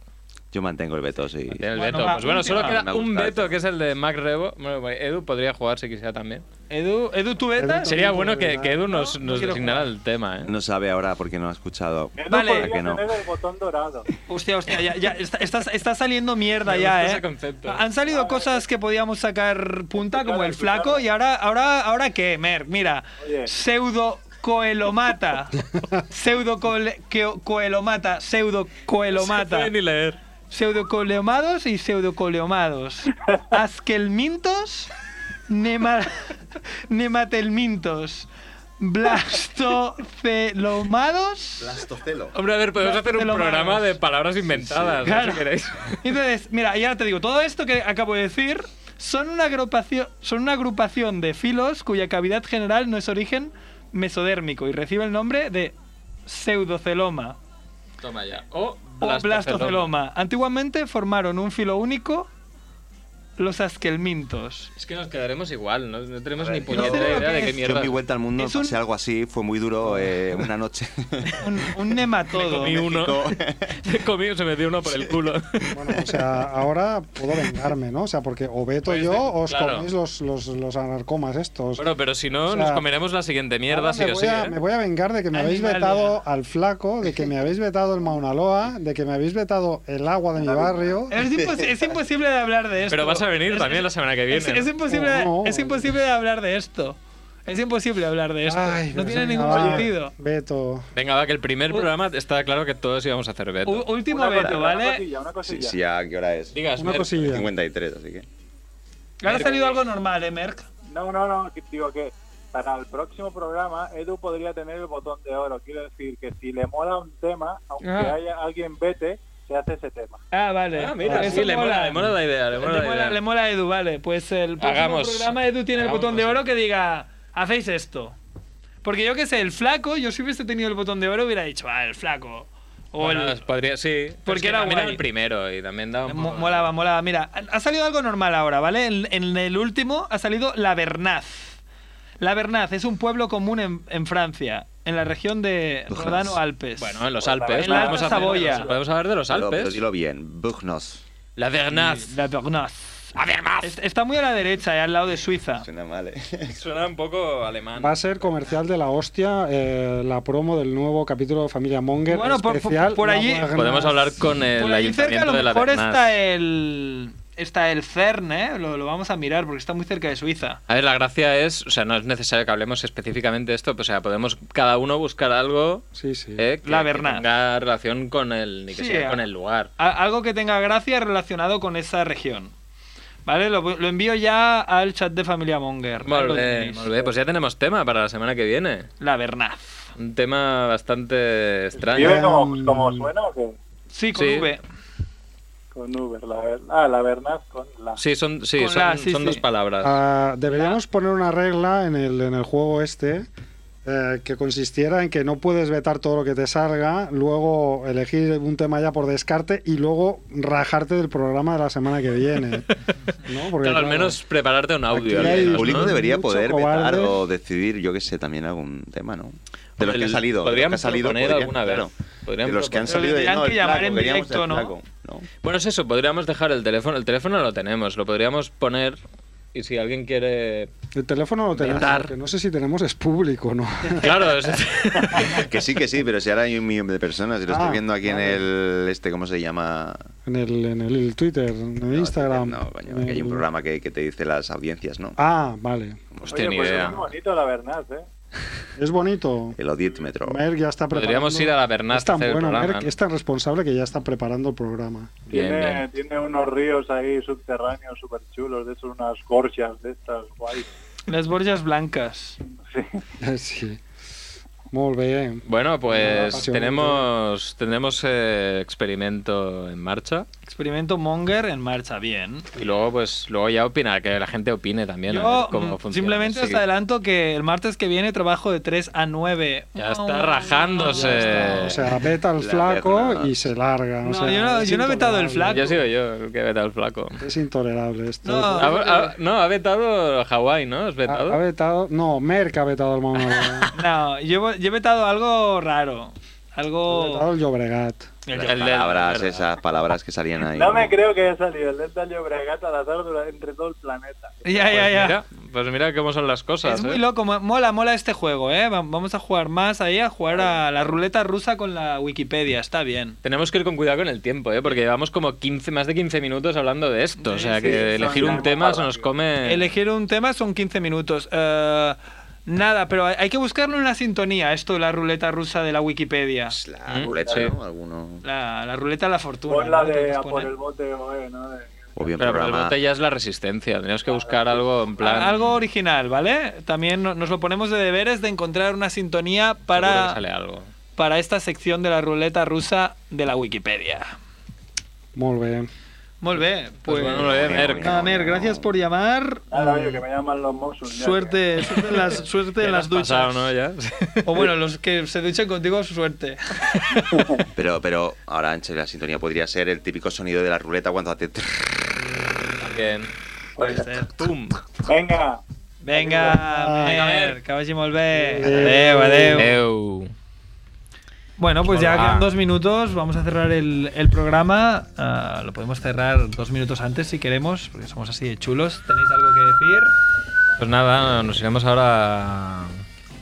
Speaker 6: Yo mantengo el Beto, sí.
Speaker 7: Tiene el
Speaker 5: Bueno,
Speaker 7: veto.
Speaker 5: va,
Speaker 7: Pues bueno, solo
Speaker 5: última.
Speaker 7: queda
Speaker 6: Me
Speaker 7: un
Speaker 6: gusta
Speaker 7: veto,
Speaker 6: esto.
Speaker 7: que es el de Mac Rebo. Bueno, pues Edu podría jugar si quisiera también.
Speaker 5: Edu, Edu, ¿tú beta?
Speaker 4: Edu,
Speaker 7: Sería
Speaker 4: no
Speaker 7: bueno
Speaker 4: puedo
Speaker 7: que,
Speaker 4: nada.
Speaker 7: que Edu nos,
Speaker 5: No, no
Speaker 7: nos
Speaker 5: quiero
Speaker 7: designara
Speaker 5: jugar.
Speaker 7: el tema, ¿eh?
Speaker 6: No sabe ahora porque no ha escuchado.
Speaker 9: Edu
Speaker 5: Vale.
Speaker 9: podría
Speaker 6: ¿A que no?
Speaker 9: tener el botón dorado.
Speaker 5: Hostia, hostia, ya, ya está, está- está saliendo mierda
Speaker 7: Me
Speaker 5: ya,
Speaker 7: gusta
Speaker 5: ¿eh?
Speaker 7: ese concepto.
Speaker 5: Han salido cosas que podíamos sacar punta, como el flaco, y ahora, ahora, ahora qué, Mer, mira,
Speaker 9: Oye.
Speaker 5: pseudo coelomata, pseudo coel- queo- coelomata, pseudo coelomata,
Speaker 7: puede ni leer.
Speaker 5: pseudo coleomados y pseudo coleomados, asquelmintos, nema- nematelmintos, blastocelomados.
Speaker 6: Blastocelo.
Speaker 7: Hombre, a ver, podemos hacer un
Speaker 5: Te lo
Speaker 7: programa
Speaker 5: mandamos.
Speaker 7: de palabras inventadas, ¿no?
Speaker 5: Claro.
Speaker 7: si queréis.
Speaker 5: Entonces, mira, y ahora te digo, todo esto que acabo de decir son una agrupación, son una agrupación de filos cuya cavidad general no es origen mesodérmico y recibe el nombre de pseudoceloma
Speaker 7: Toma ya. O
Speaker 5: o
Speaker 7: blastoceloma.
Speaker 5: blastoceloma. Antiguamente formaron un filo único los asquelmintos.
Speaker 7: Es que nos quedaremos igual, no, no tenemos ni
Speaker 6: Joder, yo-
Speaker 7: puñetera
Speaker 5: yo-
Speaker 7: idea
Speaker 5: yo-
Speaker 7: de qué
Speaker 6: Yo en
Speaker 7: mierda.
Speaker 6: mi vuelta al mundo
Speaker 5: Es un-
Speaker 6: pasé algo así, fue muy duro eh, una noche.
Speaker 5: Un, un nematodo.
Speaker 7: Comí uno. He comido, se me dio uno por el culo.
Speaker 4: Bueno, o sea, ahora puedo vengarme, ¿no? O sea, porque o Beto
Speaker 7: Pues,
Speaker 4: yo os
Speaker 7: claro.
Speaker 4: coméis los, los, los anarcomas estos.
Speaker 7: Bueno, pero si no,
Speaker 4: O sea,
Speaker 7: nos comeremos la siguiente mierda,
Speaker 4: Ahora
Speaker 7: sí
Speaker 4: me,
Speaker 7: o
Speaker 4: voy
Speaker 7: sí.
Speaker 4: a,
Speaker 7: ¿eh?
Speaker 4: me voy a vengar de que me habéis
Speaker 5: Animalia.
Speaker 4: vetado al flaco, de que me habéis vetado el Maunaloa, de que me habéis vetado el agua de mi barrio.
Speaker 7: Eh,
Speaker 5: Es, impos- es imposible de hablar de esto.
Speaker 7: Pero vas a venir
Speaker 5: Es-
Speaker 7: también la semana que
Speaker 5: Es,
Speaker 7: viene.
Speaker 5: es imposible,
Speaker 4: No.
Speaker 5: es imposible de hablar de esto. Es imposible hablar de esto.
Speaker 4: Ay,
Speaker 5: no
Speaker 4: Dios
Speaker 5: tiene
Speaker 4: mío,
Speaker 5: ningún
Speaker 4: oye,
Speaker 5: sentido.
Speaker 4: Beto.
Speaker 7: Venga, va, que el primer
Speaker 5: U-
Speaker 7: programa estaba claro que todos íbamos a hacer veto.
Speaker 5: U- último
Speaker 9: Una
Speaker 5: veto,
Speaker 9: cosilla, Una
Speaker 5: ¿vale?
Speaker 9: cosilla, una
Speaker 6: Sí,
Speaker 9: cosilla.
Speaker 6: sí, ¿a qué hora es?
Speaker 7: Digas,
Speaker 4: Una
Speaker 7: Mer,
Speaker 4: cosilla.
Speaker 6: 53, así que.
Speaker 5: Ahora ha salido algo normal, ¿eh, Merck?
Speaker 9: No, no, no, que- digo que para el próximo programa Edu podría tener el botón de oro. Quiero decir que si le mola un tema, aunque
Speaker 5: Ah.
Speaker 9: haya alguien vete, se hace ese tema.
Speaker 5: Ah, vale.
Speaker 7: Ah, mira,
Speaker 5: Eso
Speaker 7: sí, le mola, le mola la idea, le
Speaker 5: Le
Speaker 7: mola
Speaker 5: mola,
Speaker 7: la idea.
Speaker 5: le mola a Edu, vale. Pues el próximo
Speaker 7: Hagamos-
Speaker 5: programa Edu tiene el
Speaker 7: hagamos
Speaker 5: botón de
Speaker 7: cosas.
Speaker 5: oro que diga, hacéis esto. Porque yo qué sé, el flaco, yo si hubiese tenido el botón de oro hubiera dicho, ah, el flaco. O
Speaker 7: Bueno,
Speaker 5: el...
Speaker 7: podría, sí. pero
Speaker 5: Porque
Speaker 7: es que
Speaker 5: era
Speaker 7: también
Speaker 5: guay.
Speaker 7: el primero y también da un
Speaker 5: Mo-
Speaker 7: poco-
Speaker 5: Molaba, molaba. Mira, ha- ha salido algo normal ahora, ¿vale? En, en el último ha salido La Bernaz. La Bernaz es un pueblo común en, en Francia, en la región de
Speaker 6: Bujas.
Speaker 5: Rodano Alpes.
Speaker 7: Bueno, en los Alpes.
Speaker 5: En la
Speaker 7: podemos hacer-
Speaker 5: Saboya.
Speaker 7: Podemos hablar de los
Speaker 6: Pero, pero
Speaker 7: Alpes.
Speaker 6: dilo bien, Bugnos.
Speaker 7: La Vernaz.
Speaker 5: La Bernaz. La Bernaz. Está muy a la derecha, eh, al lado de Suiza.
Speaker 6: Suena mal, ¿eh?
Speaker 7: Suena un poco alemán.
Speaker 4: Va a ser comercial de la hostia eh, la promo del nuevo capítulo de Familia Monger.
Speaker 5: Bueno, por- por-
Speaker 4: especial,
Speaker 5: por
Speaker 4: La
Speaker 5: allí-
Speaker 4: Wagner.
Speaker 7: Podemos hablar con el
Speaker 5: Por allí cerca a
Speaker 7: ayuntamiento
Speaker 5: lo
Speaker 7: de la
Speaker 5: mejor
Speaker 7: Vernaz.
Speaker 5: está el, está el CERN, ¿eh? Lo, lo vamos a mirar porque está muy cerca de Suiza.
Speaker 7: A ver, la gracia es, o sea, no es necesario que hablemos específicamente de esto, pues, o sea, podemos cada uno buscar algo
Speaker 4: Sí, sí.
Speaker 7: eh, que,
Speaker 5: La
Speaker 7: que
Speaker 5: Vernaz.
Speaker 7: tenga relación con el, ni que
Speaker 5: Sí,
Speaker 7: sea
Speaker 5: eh.
Speaker 7: con el lugar.
Speaker 5: A- algo que tenga gracia relacionado con esa región. ¿Vale? Lo, lo envío ya al chat de Familia Monger. Ahí
Speaker 7: Molt
Speaker 5: lo
Speaker 7: bé,
Speaker 5: tenéis.
Speaker 7: molt bé, pues ya tenemos tema para la semana que viene.
Speaker 5: La Bernaz.
Speaker 7: Un tema bastante
Speaker 4: Eh,
Speaker 9: ¿Vive
Speaker 7: extraño.
Speaker 9: como, como suena o qué?
Speaker 5: Sí, con
Speaker 7: Sí.
Speaker 5: V.
Speaker 9: Con Uber, la verdad. Ah, la verdad con la...
Speaker 7: Sí, son, sí,
Speaker 5: Con
Speaker 7: son,
Speaker 5: la- sí,
Speaker 7: son
Speaker 5: sí.
Speaker 7: dos palabras.
Speaker 4: Ah, deberíamos poner una regla en el, en el juego este eh, que consistiera en que no puedes vetar todo lo que te salga, luego elegir un tema ya por descarte y luego rajarte del programa de la semana que viene. ¿no? Porque,
Speaker 7: Claro, al
Speaker 4: claro,
Speaker 7: menos prepararte un audio.
Speaker 4: Aquí
Speaker 7: al
Speaker 4: hay-
Speaker 7: menos,
Speaker 6: El
Speaker 7: ¿no?
Speaker 6: público
Speaker 4: Mucho
Speaker 6: debería poder vetar
Speaker 4: cobarde.
Speaker 6: o decidir, yo qué sé, también algún tema, ¿no? De los
Speaker 7: El-
Speaker 6: que ha salido. de los
Speaker 7: podrían
Speaker 6: que ha salido
Speaker 7: proponer
Speaker 6: podrían,
Speaker 7: alguna vez.
Speaker 6: claro.
Speaker 7: Podrían
Speaker 6: de los que han
Speaker 7: proponer.
Speaker 6: salido
Speaker 5: Pero
Speaker 6: de
Speaker 5: tendrían
Speaker 6: no,
Speaker 5: que
Speaker 6: el
Speaker 5: llamar
Speaker 6: flaco,
Speaker 5: en
Speaker 6: queríamos el
Speaker 5: directo, ¿no?
Speaker 6: flaco, ¿no?
Speaker 7: Bueno, es eso, podríamos dejar el teléfono. El teléfono lo tenemos, lo podríamos poner. Y si alguien quiere.
Speaker 4: El teléfono lo tenemos,
Speaker 7: Vetar.
Speaker 4: porque no sé si tenemos es público, ¿no?
Speaker 7: Claro, es-
Speaker 6: Que sí, que sí, pero si ahora hay un millón de personas y lo
Speaker 4: Ah,
Speaker 6: estoy viendo aquí
Speaker 4: vale.
Speaker 6: en el este, ¿cómo se llama?
Speaker 4: En el, en el Twitter, en el Instagram. Eh,
Speaker 6: No, coño,
Speaker 4: en
Speaker 6: que hay un
Speaker 4: el-
Speaker 6: programa que, que te dice las audiencias, ¿no?
Speaker 4: Ah, vale.
Speaker 7: Hostia, ni
Speaker 9: pues
Speaker 7: idea.
Speaker 9: es muy bonito la verdad, ¿eh?
Speaker 4: Es bonito.
Speaker 6: El audímetro.
Speaker 4: Merck ya está preparando.
Speaker 7: Podríamos ir a la Bernat
Speaker 4: Es tan
Speaker 7: a hacer el
Speaker 4: bueno,
Speaker 7: programa,
Speaker 4: Merck,
Speaker 7: ¿no?
Speaker 4: es tan responsable que ya está preparando el programa.
Speaker 7: Bien,
Speaker 9: tiene,
Speaker 7: bien.
Speaker 9: tiene unos ríos ahí subterráneos súper chulos, de esos, unas gorchas de estas, guay.
Speaker 5: Las Borjas Blancas.
Speaker 4: sí. Muy bien.
Speaker 7: Bueno, pues
Speaker 4: apasionante.
Speaker 7: tenemos, tenemos eh, experimento en marcha.
Speaker 5: Experimento Monger en marcha, bien.
Speaker 7: Y luego, pues, luego ya opinar, que la gente opine también.
Speaker 5: Yo
Speaker 7: a ver cómo
Speaker 5: mm,
Speaker 7: funciona.
Speaker 5: simplemente
Speaker 7: Sí.
Speaker 5: os adelanto que el martes que viene trabajo de 3 a 9.
Speaker 7: Ya está rajándose.
Speaker 4: O sea, veta al
Speaker 6: La
Speaker 4: flaco
Speaker 6: verdad.
Speaker 4: y se larga. o
Speaker 5: No,
Speaker 4: sea,
Speaker 5: yo no-
Speaker 4: es
Speaker 5: yo no he vetado el
Speaker 4: intolerable.
Speaker 7: Ya he sido yo el que he vetado el flaco.
Speaker 4: Es intolerable esto.
Speaker 5: No,
Speaker 4: Ha-
Speaker 7: Ha- ha- no, ha vetado Hawái, ¿no? ¿Has vetado?
Speaker 4: ha vetado. No, Merck ha vetado al Mamadou.
Speaker 5: No, yo, he- yo he vetado algo raro.
Speaker 4: Ha vetado
Speaker 5: Algo.
Speaker 4: el Llobregat.
Speaker 6: Las
Speaker 7: El del- Pues
Speaker 6: palabras,
Speaker 7: verdad.
Speaker 6: esas palabras que salían ahí.
Speaker 9: No me creo que haya salido el Delta Llobregat al azar dura- entre todo el planeta.
Speaker 5: Ya, ya, ya.
Speaker 7: Mira, pues mira cómo son las cosas.
Speaker 5: Es muy
Speaker 7: ¿eh?
Speaker 5: loco, mo- mola, mola este juego, ¿eh? Va- Vamos a jugar más ahí, a jugar a la ruleta rusa con la Wikipedia, está bien.
Speaker 7: Tenemos que ir con cuidado con el tiempo, ¿eh? porque llevamos como 15, más de 15 minutos hablando de esto. O sea,
Speaker 5: Sí,
Speaker 7: que
Speaker 5: sí,
Speaker 7: elegir un
Speaker 9: son-
Speaker 7: tema se nos come...
Speaker 5: Elegir un tema son 15 minutos. Eh, nada, pero hay hay que buscarle una sintonía a esto de la ruleta rusa de la Wikipedia.
Speaker 6: Pues La
Speaker 7: Mm,
Speaker 6: ruleta,
Speaker 7: sí.
Speaker 6: ¿no? Alguno.
Speaker 5: La, la ruleta de la fortuna.
Speaker 9: Pon la
Speaker 5: ¿no?
Speaker 9: de
Speaker 5: Entonces
Speaker 9: a
Speaker 5: pone-
Speaker 9: por el bote, oe, ¿no? De-
Speaker 6: O bien
Speaker 7: Pero por el
Speaker 6: programa.
Speaker 7: bote ya es la resistencia. Tenemos que buscar algo en plan...
Speaker 5: A- Ah, Algo original, ¿vale? También no- nos lo ponemos de deberes de encontrar una sintonía
Speaker 7: seguro que
Speaker 5: para,
Speaker 7: sale algo.
Speaker 5: para esta sección de la ruleta rusa de la Wikipedia.
Speaker 4: Muy bien.
Speaker 5: Muy bien, pues...
Speaker 7: Pues bueno, lo de Merck.
Speaker 5: Nada, Mer, gracias por llamar.
Speaker 9: Nada, oye, que me llaman los Mosul. ya,
Speaker 5: Suerte, suerte en las, suerte
Speaker 7: ¿Qué
Speaker 5: en las
Speaker 7: le has
Speaker 5: duchas.
Speaker 7: pasado, ¿no? Ya.
Speaker 5: O bueno, los que se duchen contigo, su suerte.
Speaker 6: Pero, pero ahora, en serio, la sintonía podría ser el típico sonido de la ruleta cuando hace. trrr.
Speaker 7: También. Puede ser. Pum.
Speaker 10: Venga,
Speaker 5: Venga,
Speaker 7: Venga,
Speaker 5: Mer,
Speaker 7: Mer.
Speaker 5: que vagi molt bé. Adeu, adeu.
Speaker 7: Eu.
Speaker 5: Bueno, pues ya
Speaker 7: Hola.
Speaker 5: quedan dos minutos. Vamos a cerrar el, el programa. Ah, lo podemos cerrar dos minutos antes si queremos, porque somos así de chulos. ¿Tenéis algo que decir?
Speaker 7: Pues nada, nos iremos ahora a-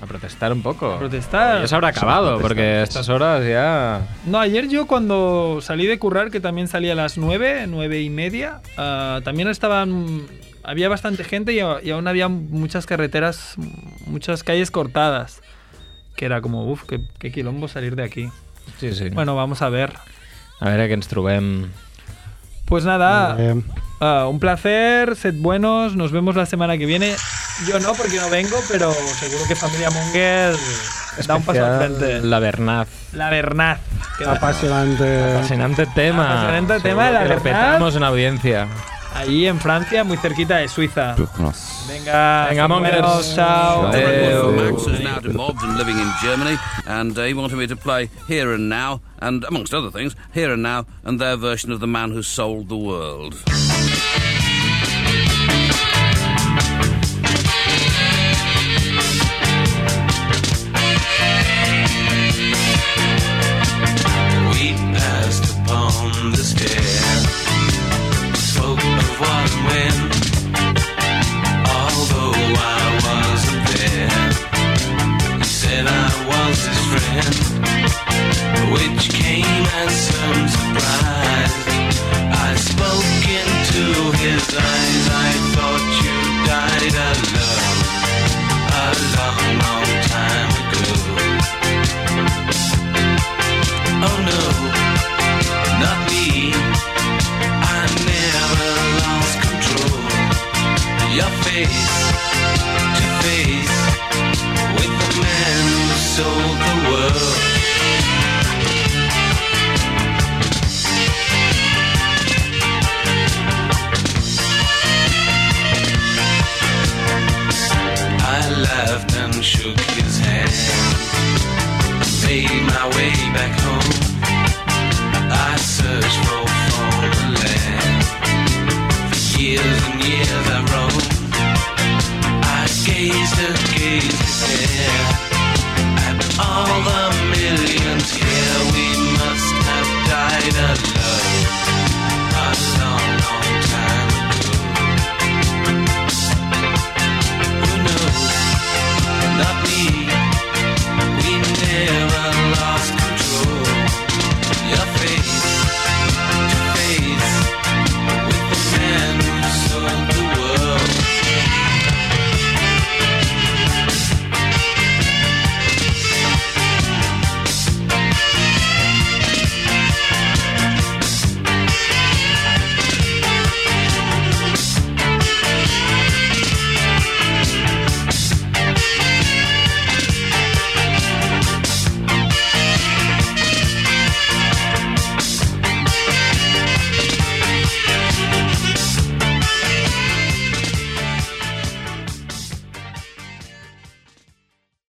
Speaker 7: a protestar un poco.
Speaker 5: ¿A protestar?
Speaker 7: Ya se habrá acabado, porque a estas horas ya.
Speaker 5: No, ayer yo cuando salí de currar, que también salí a las 9, 9 y media, ah, también estaban... Había bastante gente y, a- y aún había muchas carreteras, muchas calles cortadas. Que era como, uff, qué, qué quilombo salir de aquí.
Speaker 7: Sí, sí.
Speaker 5: Bueno, vamos a ver.
Speaker 7: A veure què ens trobem.
Speaker 5: Pues nada,
Speaker 4: Eh,
Speaker 5: ah, un placer, sed buenos, nos vemos la semana que viene. Yo no, porque no vengo, pero seguro que Familia Monger da un paso al frente.
Speaker 7: La Bernaz.
Speaker 5: La Bernaz. que va-
Speaker 4: apasionante.
Speaker 7: Apasionante tema.
Speaker 5: Apasionante tema, la
Speaker 7: que
Speaker 5: Bernaz.
Speaker 7: Repetamos en audiencia.
Speaker 5: Ahí en Francia, muy cerquita de Suiza. Venga,
Speaker 7: Venga, mongers.
Speaker 5: Adiós, Chao.
Speaker 9: Well,
Speaker 7: Adeu.
Speaker 9: Max is now demobbed and living in Germany, and they wanted me to play Here and Now, and amongst other things, Here and Now, and their version of The Man Who Sold the World.
Speaker 8: We passed upon the stair, spoke of what and when. Although I wasn't there, he said I was his friend, which came as some surprise. I spoke into his eyes. I thought you died alone a long, long time ago. Oh no, not me. I never lost control. Your face to face with the man who sold the world. I laughed and shook his hand made my way back home.